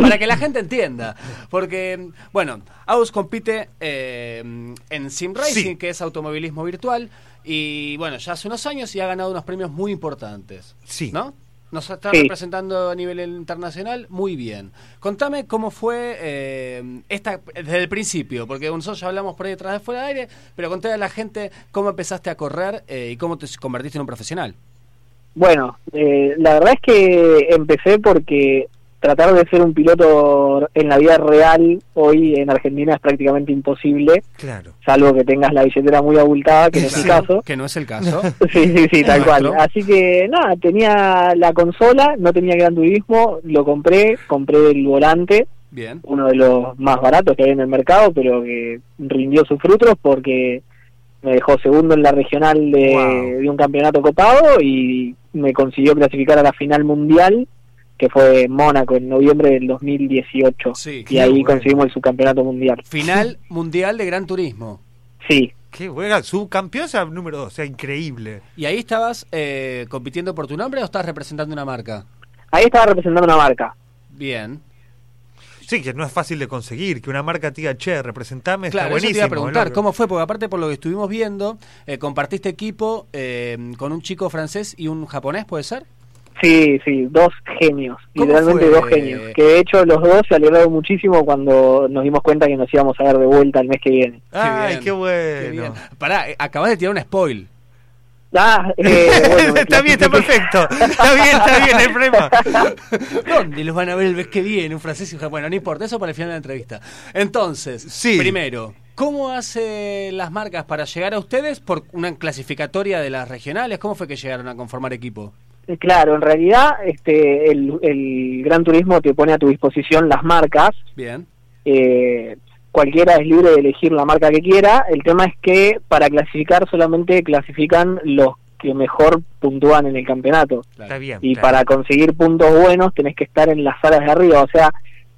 Para que la gente entienda. Porque, bueno, Aus compite eh, en Sim Racing, Sí. que es automovilismo virtual. Y bueno, ya hace unos años y ha ganado unos premios muy importantes. Sí. ¿No? Nos está Sí. representando a nivel internacional muy bien. Contame cómo fue eh, esta desde el principio, porque nosotros ya hablamos por ahí detrás de fuera de aire, pero contale a la gente cómo empezaste a correr eh, y cómo te convertiste en un profesional. Bueno, eh, la verdad es que empecé porque tratar de ser un piloto en la vida real hoy en Argentina es prácticamente imposible, Claro. salvo que tengas la billetera muy abultada, que no es mi caso. Que no es el caso. Sí, sí, sí, tal cual. Nuestro. Así que nada, tenía la consola, no tenía gran turismo, lo compré, compré el volante, Bien. uno de los más baratos que hay en el mercado, pero que rindió sus frutos porque me dejó segundo en la regional de, Wow. de un campeonato copado y me consiguió clasificar a la final mundial, que fue en Mónaco en noviembre del 2018. Sí, y qué ahí bueno. conseguimos el subcampeonato mundial. Final mundial de Gran Turismo. Sí, Qué buena, subcampeón sea número dos, o sea, increíble. ¿Y ahí estabas eh, compitiendo por tu nombre o estás representando una marca? ahí estaba representando una marca. Bien. Sí, que no es fácil de conseguir, que una marca te diga, che, representame, está Claro, eso buenísimo. te iba a preguntar, ¿no? ¿cómo fue? Porque aparte por lo que estuvimos viendo, eh, compartiste equipo eh, con un chico francés y un japonés, ¿puede ser? Sí, sí, dos genios, ¿Cómo literalmente fue? dos genios. Que de hecho los dos se alegraron muchísimo cuando nos dimos cuenta que nos íbamos a ver de vuelta el mes que viene. Ay, bien, qué bueno. bien. Pará, eh, acabas de tirar un spoil. Ah, eh, bueno, está bien, está perfecto. Está bien, está bien, el problema. ¿Dónde los van a ver el mes que viene? Un francés y un japonés. No importa, eso para el final de la entrevista. Entonces, primero, ¿cómo hacen las marcas para llegar a ustedes por una clasificatoria de las regionales? ¿Cómo fue que llegaron a conformar equipo? Eh, Claro, en realidad este, el, el Gran Turismo te pone a tu disposición las marcas. Bien. eh, cualquiera es libre de elegir la marca que quiera. El tema es que para clasificar solamente clasifican los que mejor puntúan en el campeonato. Está bien. y claro. para conseguir puntos buenos tenés que estar en las salas de arriba. O sea,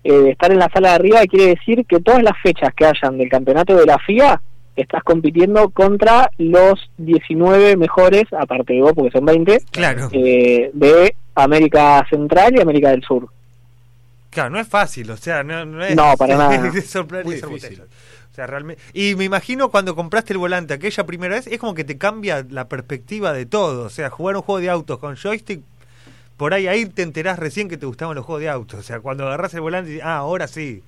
eh, estar en la sala de arriba quiere decir que todas las fechas que hayan del campeonato de la FIA estás compitiendo contra los 19 mejores, aparte de vos, porque son 20, Claro. eh, de América Central y América del Sur. Claro, no es fácil, o sea, no, no es. No, para nada. es soplar y Muy hacer difícil. botellas. O sea, realmente. Y me imagino cuando compraste el volante aquella primera vez, es como que te cambia la perspectiva de todo. O sea, jugar un juego de autos con joystick, por ahí ahí te enterás recién que te gustaban los juegos de autos. O sea, cuando agarrás el volante, dices, ah, ahora sí.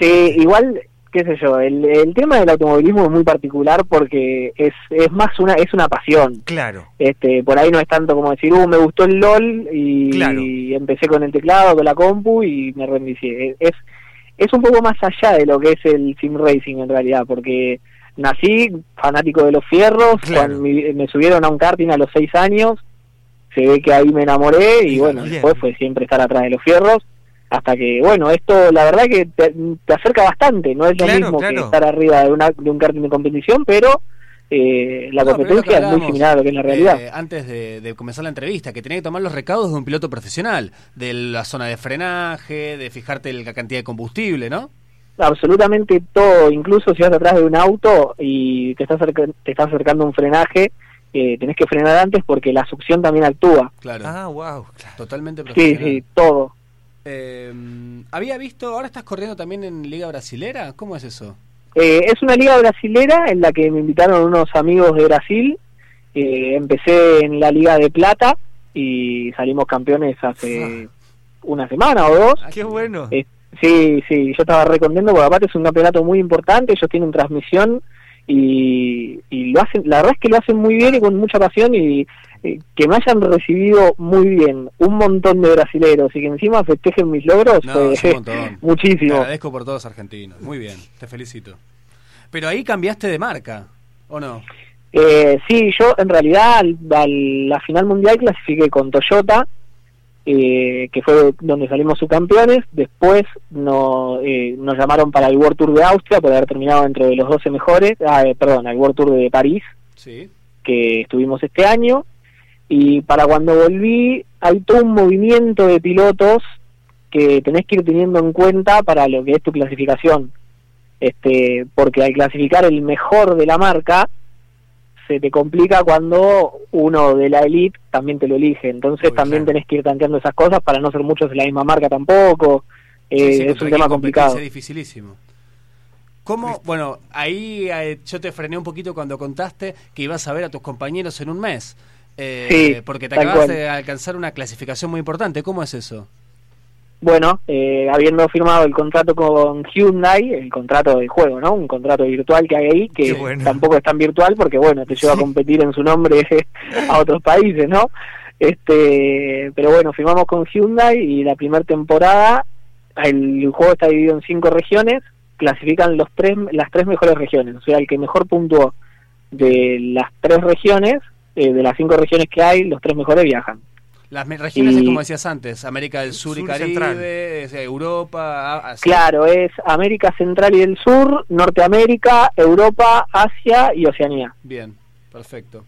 Sí, igual, qué sé yo, el, el tema del automovilismo es muy particular porque es, es más una, es una pasión. Claro. Este, por ahí no es tanto como decir, uh, me gustó el LOL y, Claro. y empecé con el teclado, con la compu y me rendí. Es, es un poco más allá de lo que es el sim racing en realidad, porque nací fanático de los fierros, Claro. cuando mi- me subieron a un karting a los seis años, se ve que ahí me enamoré y bueno, bien. después fue siempre estar atrás de los fierros, hasta que bueno, esto la verdad que te, te acerca bastante, no es lo Claro, mismo que claro. estar arriba de, una, de un karting de competición, pero... eh, la No, pero lo que competencia es muy hablábamos, similar a lo que es la realidad. eh, antes de, de comenzar la entrevista, que tenía que tomar los recaudos de un piloto profesional, de la zona de frenaje, de fijarte la cantidad de combustible, ¿no? absolutamente todo, incluso si vas atrás de un auto y te está, acerca- te está acercando un frenaje, eh, tenés que frenar antes porque la succión también actúa. Claro. Ah, wow. Totalmente Sí, profesional. sí, todo. Eh, había visto, ahora estás corriendo también en Liga Brasilera, ¿cómo es eso? Eh, es una liga brasilera en la que me invitaron unos amigos de Brasil. Eh, empecé en la Liga de Plata y salimos campeones Ah. hace una semana o dos. Qué bueno. Eh, sí, sí, yo estaba re contento porque aparte es un campeonato muy importante, ellos tienen transmisión y, y lo hacen, la verdad es que lo hacen muy bien y con mucha pasión y eh, que me hayan recibido muy bien un montón de brasileros y que encima festejen mis logros No, fue es un montón. Te muchísimo. agradezco por todos argentinos. Muy bien, te felicito. Pero ahí cambiaste de marca, ¿o no? Eh, sí, yo en realidad al, a la final mundial clasifiqué con Toyota, eh, que fue donde salimos subcampeones. Después no, eh, nos llamaron para el World Tour de Austria por haber terminado entre los 12 mejores, ah, eh, perdón, al World Tour de París, Sí. que estuvimos este año. Y para cuando volví, hay todo un movimiento de pilotos que tenés que ir teniendo en cuenta para lo que es tu clasificación. Este, porque al clasificar el mejor de la marca, se te complica cuando uno de la elite también te lo elige. Entonces también tenés que ir tanteando esas cosas para no ser muchos de la misma marca tampoco. Eh, Sí, sí, es contra un quién tema competir complicado. Es dificilísimo. ¿Cómo? Bueno, ahí eh, yo te frené un poquito cuando contaste que ibas a ver a tus compañeros en un mes. eh, Sí, porque te tal acabas cual. de alcanzar una clasificación muy importante. ¿Cómo es eso? Bueno, eh, habiendo firmado el contrato con Hyundai, el contrato del juego, ¿no? Un contrato virtual que hay ahí, que Qué bueno. tampoco es tan virtual porque, bueno, te lleva a competir en su nombre a otros países, ¿no? Este, pero bueno, firmamos con Hyundai y la primera temporada, el juego está dividido en cinco regiones, clasifican los tres, las tres mejores regiones, o sea, el que mejor puntuó de las tres regiones, eh, de las cinco regiones que hay, los tres mejores viajan. Las me- regiones es Y- como decías antes, América del Sur, y Sur y Caribe, Central. es, eh, Europa, a- así. Claro, es América Central y del Sur, Norteamérica, Europa, Asia y Oceanía. Bien, perfecto.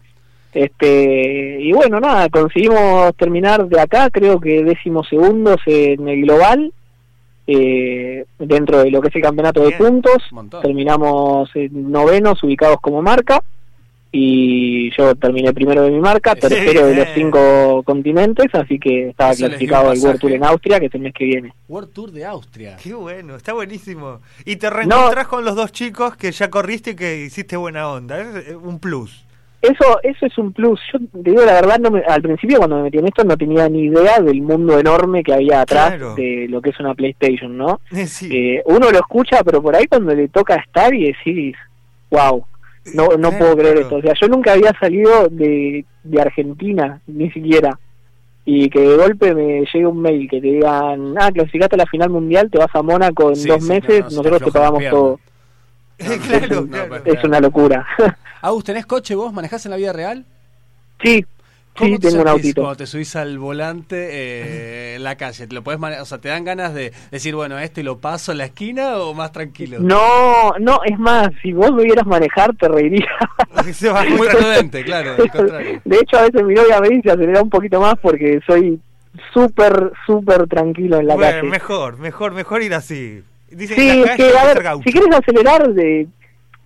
Este y bueno nada conseguimos terminar de acá creo que décimos segundos en el global eh, dentro de lo que es el campeonato de puntos terminamos eh, novenos ubicados como marca y yo terminé primero de mi marca tercero de los cinco continentes así que estaba Eso les dio clasificado al pasaje. World Tour en Austria que es el mes que viene World Tour de Austria. Qué bueno, está buenísimo. Y te reencontrás con los dos chicos que ya corriste y que hiciste buena onda. Es eh, un plus. Eso, eso es un plus. Yo te digo la verdad, no me- al principio cuando me metí en esto no tenía ni idea del mundo enorme que había atrás Claro. de lo que es una PlayStation, ¿no? Eh, sí. Eh, uno lo escucha, pero por ahí cuando le toca estar y decís, wow, no, no puedo creer esto. O sea, yo nunca había salido de, de Argentina, ni siquiera. Y que de golpe me llegue un mail que te digan, ah, clasificaste a la final mundial, te vas a Mónaco en Sí, dos sí, no, meses, no, se te nosotros te aflojan las pagamos piernas. todo. claro, es, un- claro. es una locura. Agus, ¿tenés coche vos? ¿Manejás en la vida real? sí, sí, ¿Cómo te tengo un sentís autito. Cuando te subís al volante eh, en la calle, ¿te lo podés mane- O sea, ¿te dan ganas de decir, bueno, este lo paso en la esquina o más tranquilo? No, no, es más, si vos me vieras manejar te reirías. Muy prudente, claro, al contrario. De hecho, a veces mi novia me dice acelera un poquito más porque soy súper, súper tranquilo en la Bueno, calle. mejor, mejor, mejor ir así. Dicen Sí, la es calle que, a va a ser ver, gaucho. si quieres acelerar, de,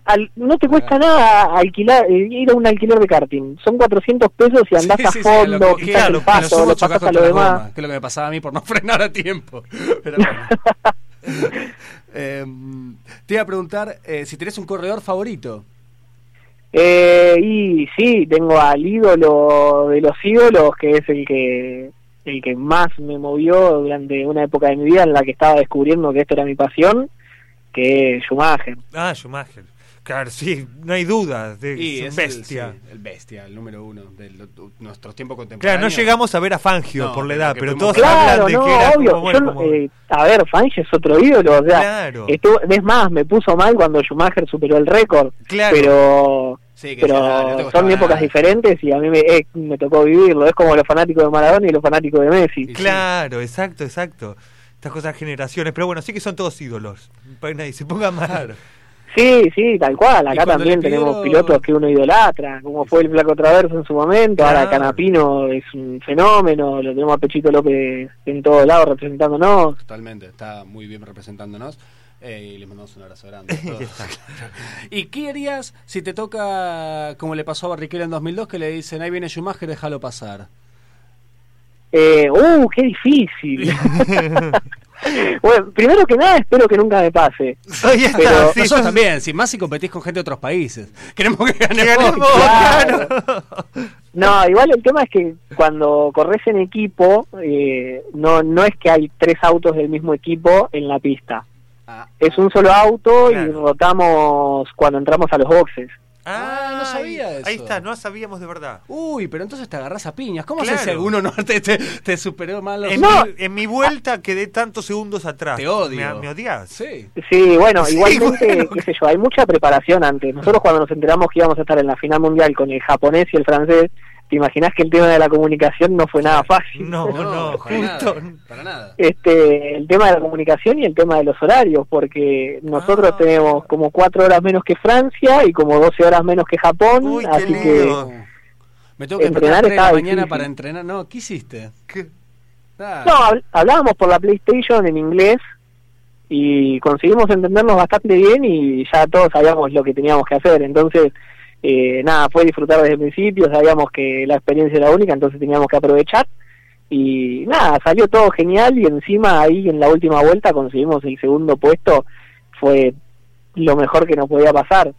al- no te cuesta nada alquilar, eh, ir a un alquiler de karting. Son 400 pesos y andás a fondo, que- pisás el que paso, sumo lo chocás pasás a contra los la demás. goma, que es lo que me pasaba a mí por no frenar a tiempo. Pero bueno. Eh, te iba a preguntar eh, si tenés un corredor favorito. Eh, y sí, tengo al ídolo de los ídolos, que es el que el que más me movió durante una época de mi vida en la que estaba descubriendo que esto era mi pasión, que es Schumacher. Ah, Schumacher. Claro, sí, no hay duda. de- Y es un es el- bestia. sí, El, bestia, el número uno de lo- tu- nuestro tiempo Claro, contemporáneo. no llegamos a ver a Fangio No, por la pero edad, que pero fuimos- todos Claro, hablan de no, que era obvio. como, bueno, yo no- como- eh, a ver, Fangio es otro ídolo, o sea, Claro. estuvo- es más, me puso mal cuando Schumacher superó el récord, Claro. pero Sí, que pero decía, "Ah, no te costaba son épocas nada". diferentes y a mí me, eh, me tocó vivirlo. Es como los fanáticos de Maradona y los fanáticos de Messi. Claro, exacto, exacto. Estas cosas generaciones, pero bueno, sí que son todos ídolos. Para que nadie se ponga mal. Sí, sí, tal cual. Y Acá cuando también le pidieron- tenemos pilotos que uno idolatra, como fue el Flaco Traverso en su momento. Ahora Claro. Canapino es un fenómeno, lo tenemos a Pechito López en todos lados representándonos. Totalmente, está muy bien representándonos. eh, y les mandamos un abrazo grande. a todos. ¿Y qué harías si te toca, como le pasó a Barrichello en 2002, que le dicen, ahí viene Schumacher, déjalo pasar? Eh, ¡Uh, qué difícil! bueno, primero que nada, espero que nunca me pase. Pero- Nosotros pues, también, sin más si competís con gente de otros países. Queremos que ganemos. Claro. No, igual el tema es que cuando corres en equipo, eh, no, no es que hay tres autos del mismo equipo en la pista. Ah. Es un solo auto y rotamos cuando entramos a los boxes. Ah, no sabía eso. Ahí está, no sabíamos de verdad. Uy, pero entonces te agarras a piñas. ¿Cómo Claro. haces si alguno no te, te- te superó mal? los- En, mi, en mi vuelta quedé tantos segundos atrás. Te odio. ¿Me, me odias? Sí. Sí, bueno, Sí, igualmente, bueno. qué sé yo, hay mucha preparación antes. Nosotros cuando nos enteramos que íbamos a estar en la final mundial con el japonés y el francés, te imaginás que el tema de la comunicación no fue nada fácil. Oh, No, no, para nada, justo. para nada. Este, el tema de la comunicación y el tema de los horarios, porque Ah. nosotros tenemos como cuatro horas menos que Francia y como 12 horas menos que Japón, así que Me tengo que entrenar entrenar a la estaba mañana difícil. para entrenar. No, ¿qué hiciste? Nada. No, habl- hablábamos por la PlayStation en inglés y conseguimos entendernos bastante bien y ya todos sabíamos lo que teníamos que hacer. Entonces, eh, nada, fue disfrutar desde el principio, sabíamos que la experiencia era única, entonces teníamos que aprovechar. Y nada, salió todo genial y encima ahí en la última vuelta conseguimos el segundo puesto, fue lo mejor que nos podía pasar.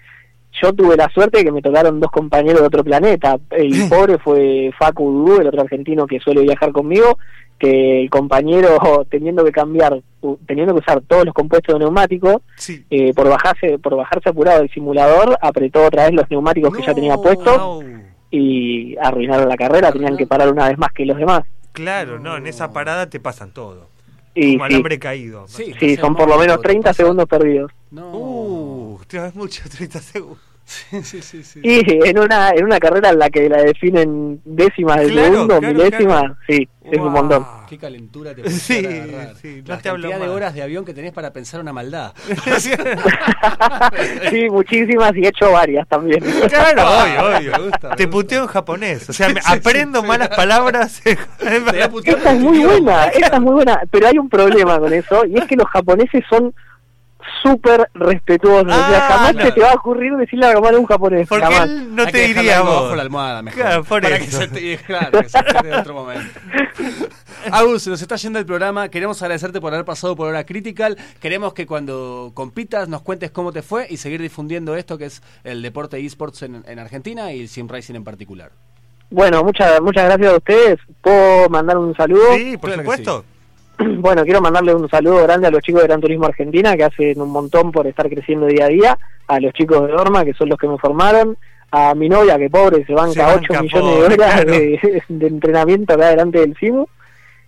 Yo tuve la suerte de que me tocaron dos compañeros de otro planeta. El pobre fue Facu Dudú, el otro argentino que suele viajar conmigo, que el compañero teniendo que cambiar, u- teniendo que usar todos los compuestos de neumático, Sí. eh, por bajarse, por bajarse apurado del simulador, apretó otra vez los neumáticos que ya tenía puestos y arruinaron la carrera, tenían que parar una vez más que los demás. Claro, no, en esa parada te pasan todo. Y Como sí. alambre caído. Sí, son por lo menos 30 segundos perdidos. No. Uh, hostia, es mucho, 30 segundos. Sí, sí, sí. sí. Y en una, en una carrera en la que la definen décimas de Claro, segundo, claro, milésimas, claro. sí, es un montón. Qué calentura te pusiste Sí, para agarrar. sí, no La te hablo cantidad de más. horas de avión que tenés para pensar una maldad. Sí, muchísimas y he hecho varias también. Claro, Ah, obvio, obvio. Te puteo en japonés. O sea, me aprendo malas palabras. es verdad. Esta es muy buena, esta es muy buena, pero hay un problema con eso y es que los japoneses son súper respetuosos. o sea, jamás se te va a ocurrir decirle a a un japonés. Ah, Porque jamás. él no Hay te que dejarlo diría ahí vos. Bajo la almohada, mejor. Claro, por Para que eso. se te claro, que se entere en otro momento. Agus, se nos está yendo el programa. Queremos agradecerte por haber pasado por Hora Critical. Queremos que cuando compitas nos cuentes cómo te fue y seguir difundiendo esto que es el deporte esports en, en Argentina y el sim racing en particular. Bueno, muchas muchas gracias a ustedes. ¿Puedo mandar un saludo? Sí, por supuesto. Bueno, quiero mandarle un saludo grande a los chicos de Gran Turismo Argentina que hacen un montón por estar creciendo día a día, a los chicos de Norma que son los que me formaron, a mi novia que pobre se banca banca 8 millones pobre, de horas claro. de, de entrenamiento acá delante del CIMU.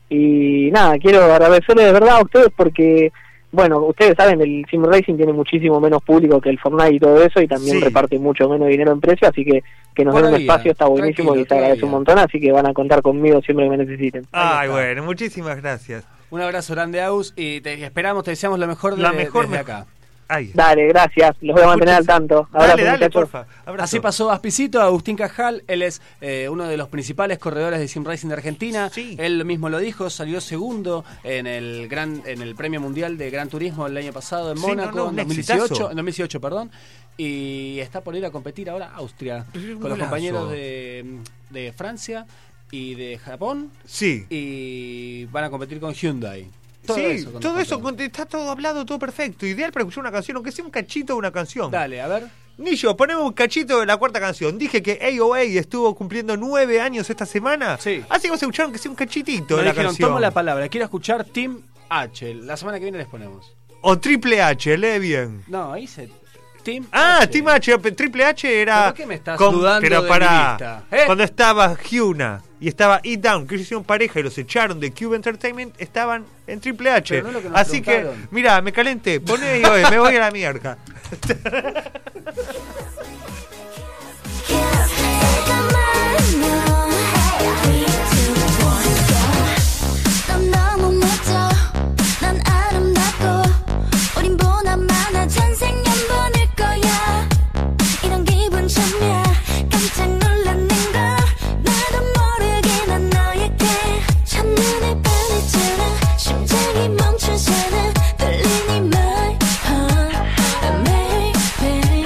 Y nada, quiero agradecerles de verdad a ustedes porque, bueno, ustedes saben, el Sim Racing tiene muchísimo menos público que el Fortnite y todo eso y también Sí. reparte mucho menos dinero en precio, así que que nos den un Todavía, espacio está tranquilo, buenísimo Ah, y te agradezco un montón, así que van a contar conmigo siempre que me necesiten. Ay, bueno, muchísimas gracias. Un abrazo grande, Agus, y te esperamos, te deseamos lo mejor de La mejor desde me- acá. Ay. Dale, gracias. Los voy a mantener al tanto. Abrazo, dale, muchachos. porfa. Así pasó Aspicito, Agustín Cajal, él es eh, uno de los principales corredores de Sim Racing de Argentina, él mismo lo dijo, salió segundo en el gran en el Premio Mundial de Gran Turismo el año pasado en Sí, Mónaco, no, no, un en 2018, exitazo. en 2018, perdón, y está por ir a competir ahora a Austria un con los golazo. compañeros de, de Francia y de Japón. Sí. Y van a competir con Hyundai. sí, con los todo eso campeones. con- está todo hablado, todo perfecto. Ideal para escuchar una canción, aunque sea un cachito de una canción. Dale, a ver. Nillo, ponemos un cachito de la cuarta canción. Dije que AOA estuvo cumpliendo nueve años esta semana. Sí. Así que vamos a escuchar aunque sea un cachitito Me de la dijeron, canción. toma la palabra, quiero escuchar Team H, la semana que viene les ponemos. O Triple H, lee bien. No, ahí se. Team. Ah, Team H, pe- Triple H era. ¿Por qué me estás dudando Pero de pará, mi lista? ¿Eh? Cuando estaba Hyuna y estaba Eat Down, que ellos hicieron pareja y los echaron de Cube Entertainment, estaban en Triple H. Pero no es lo que nos Así que, preguntaron. mira, me calenté, poné y oye, me voy a la mierda. 넌 너무 멋져 난 아름답고 우린 보나마나 전생연분일 거야 이런 기분 처음이야 깜짝 놀랐는 걸 나도 모르게 난 너에게 첫눈에 반했잖아 심장이 멈추잖아 떨리니 my heart Baby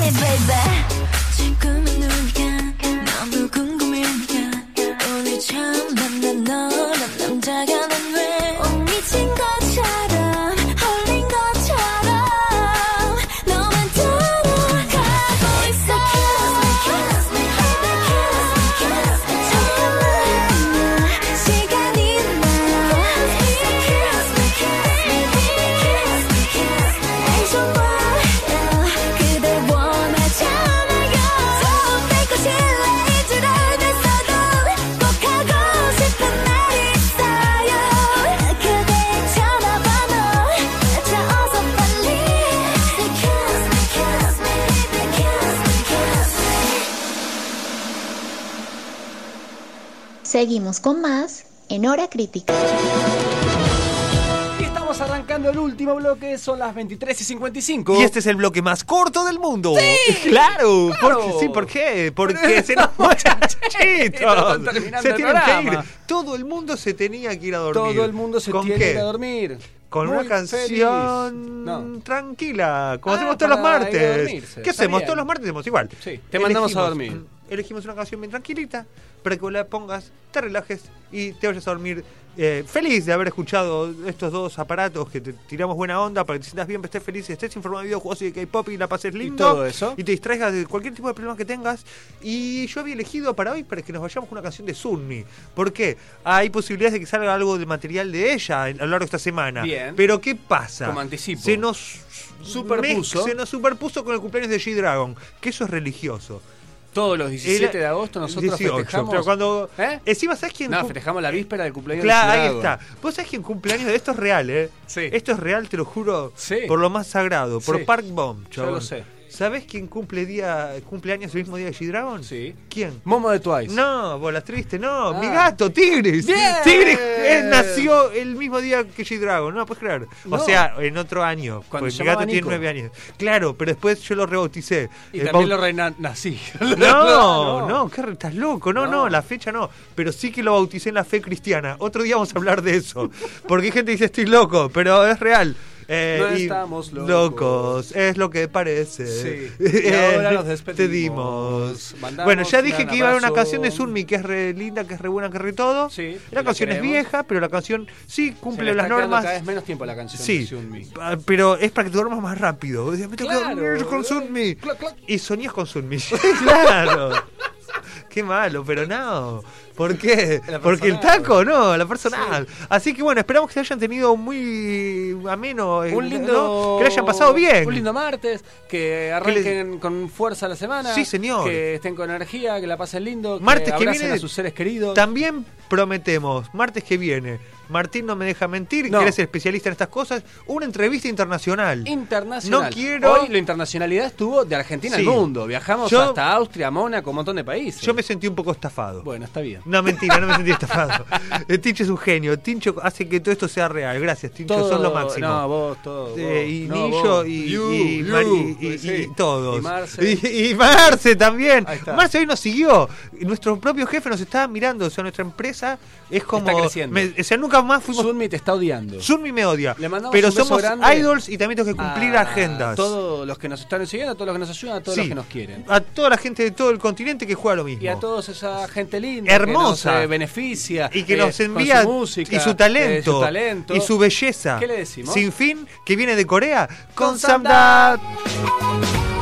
me baby 지금은 우리가 너무 궁금해니까 오늘 처음 만난 너란 남자가 난왜 미친 것처럼 홀린 것처럼 너만 따라가고 있어 Kiss me, kiss me, kiss me, kiss me 시간이 나 Kiss me, kiss me, kiss me 날 좋아요 그대 원하잖아요 처음 뵙고 실례인 줄 알면서도 꼭 하고 싶은 날 있어요 그대의 전화번호 찾아서 빨리 Kiss me, kiss me, baby, kiss me, kiss me Seguimos con más en Hora Crítica. Y estamos arrancando el último bloque, son las 23 y 55. Y este es el bloque más corto del mundo. Claro, Porque, sí, ¿por qué? Porque se nos muchachitos. Estaban terminando se el tienen que programa. ir. Todo el mundo se tenía que ir a dormir. Todo el mundo se ¿Con tiene qué? que dormir. Con Muy una canción tranquila, como Ah, hacemos todos los para martes. dormirse, ¿Qué está hacemos? bien. Todos los martes hacemos igual. Sí, te mandamos a dormir. mm, Elegimos una canción bien tranquilita para que la pongas, te relajes y te vayas a dormir eh, feliz de haber escuchado estos dos aparatos que te tiramos buena onda para que te sientas bien, estés feliz, estés informado de videojuegos y de K-pop y la pases lindo. todo eso. Y te distraigas de cualquier tipo de problema que tengas. Y yo había elegido para hoy para que nos vayamos con una canción de Sunni. ¿Por qué? Hay posibilidades de que salga algo de material de ella en- a lo largo de esta semana. Bien. Pero ¿qué pasa? Como anticipo. Se nos Superpuso. mez- Se nos superpuso con el cumpleaños de G-Dragon, que eso es religioso. Todos los 17 Era- de agosto nosotros 18, festejamos. pero cuando- ¿Eh? Encima, ¿sabes quién? No, cum- Eh, festejamos la víspera del cumpleaños Claro, ahí de está. Vos sabés que en cumpleaños de esto es real, ¿eh? Esto es real, te lo juro. Sí. Por lo más sagrado, por Sí. Park Bomb, Yo lo sé. ¿Sabés quién cumple día, cumpleaños el mismo día de G-Dragon? Sí. ¿Quién? Momo de Twice. No, bolas triste, no. Mi Ah. gato, Tigris. Bien. Tigris eh, nació el mismo día que G-Dragon, no puedes creer. O No. sea, en otro año. Cuando porque mi llamaba gato tiene Nico. nueve años. Claro, pero después yo lo rebauticé. Y Eh, también bau- lo renací. no, no, qué re- estás loco. No, no, la fecha no. Pero sí que lo bauticé en la fe cristiana. Otro día vamos a hablar de eso. Porque hay gente que dice estoy loco, pero es real. Eh, No y estamos locos. Es lo que parece. Sí. Eh, Y ahora nos Te despedimos. dimos. Mandamos bueno, ya dije un que iba a haber una abrazo. canción de Sunmi que es re linda, que es re buena, que es re todo. la la canción es queremos. vieja, pero la canción sí Se cumple le las está quedando normas. cada vez menos tiempo la canción Sí. de Sunmi. Ah, Pero es para que te duermas más rápido. Me tengo que Claro. dormir con Sunmi. Y soñás con Sunmi. claro. Qué malo, pero no. ¿Por qué? Porque el taco, no, la personal. Así que bueno, esperamos que hayan tenido muy ameno. eh, Un lindo. ¿no? Que lo hayan pasado bien. Un lindo martes. Que arranquen con fuerza la semana. Sí, señor. Que estén con energía, que la pasen lindo. Martes que abracen viene- a sus seres queridos. También prometemos, martes que viene, Martín no me deja mentir, que eres especialista en estas cosas, una entrevista internacional. Internacional. No quiero- Hoy la internacionalidad estuvo de Argentina Sí. al mundo. Viajamos Yo- hasta Austria, Mónaco, un montón de países. Yo me sentí un poco estafado. Bueno, está bien. No, mentira, no me sentí estafado. Eh, Tincho es un genio. Tincho hace que todo esto sea real. Gracias, Tincho, Todo- sos lo máximo. No, vos, todo. Eh, vos. y No, Nillo vos. y, You, y you. Mari- y- y- Sí. y todos. Y Marce. Y- y Marce también. Ahí está. Marce hoy nos siguió. Nuestro propio jefe nos estaba mirando. O sea, nuestra empresa es como. Está creciendo. me- o sea, nunca más fuimos. Sunmi te está odiando. Sunmi me odia. Le mandamos Pero un beso somos grande idols y también tengo que cumplir a agendas. Todos los que nos están siguiendo, a todos los que nos ayudan, a todos los Sí. que nos quieren. A toda la gente de todo el continente que juega lo mismo. Y a toda esa gente linda, que Hermosa. nos, eh, beneficia y que eh, nos con envía su música, y su eh, talento, su talento. y su belleza ¿Qué le decimos? sin fin que viene de Corea con, Con Samdad. Samdad.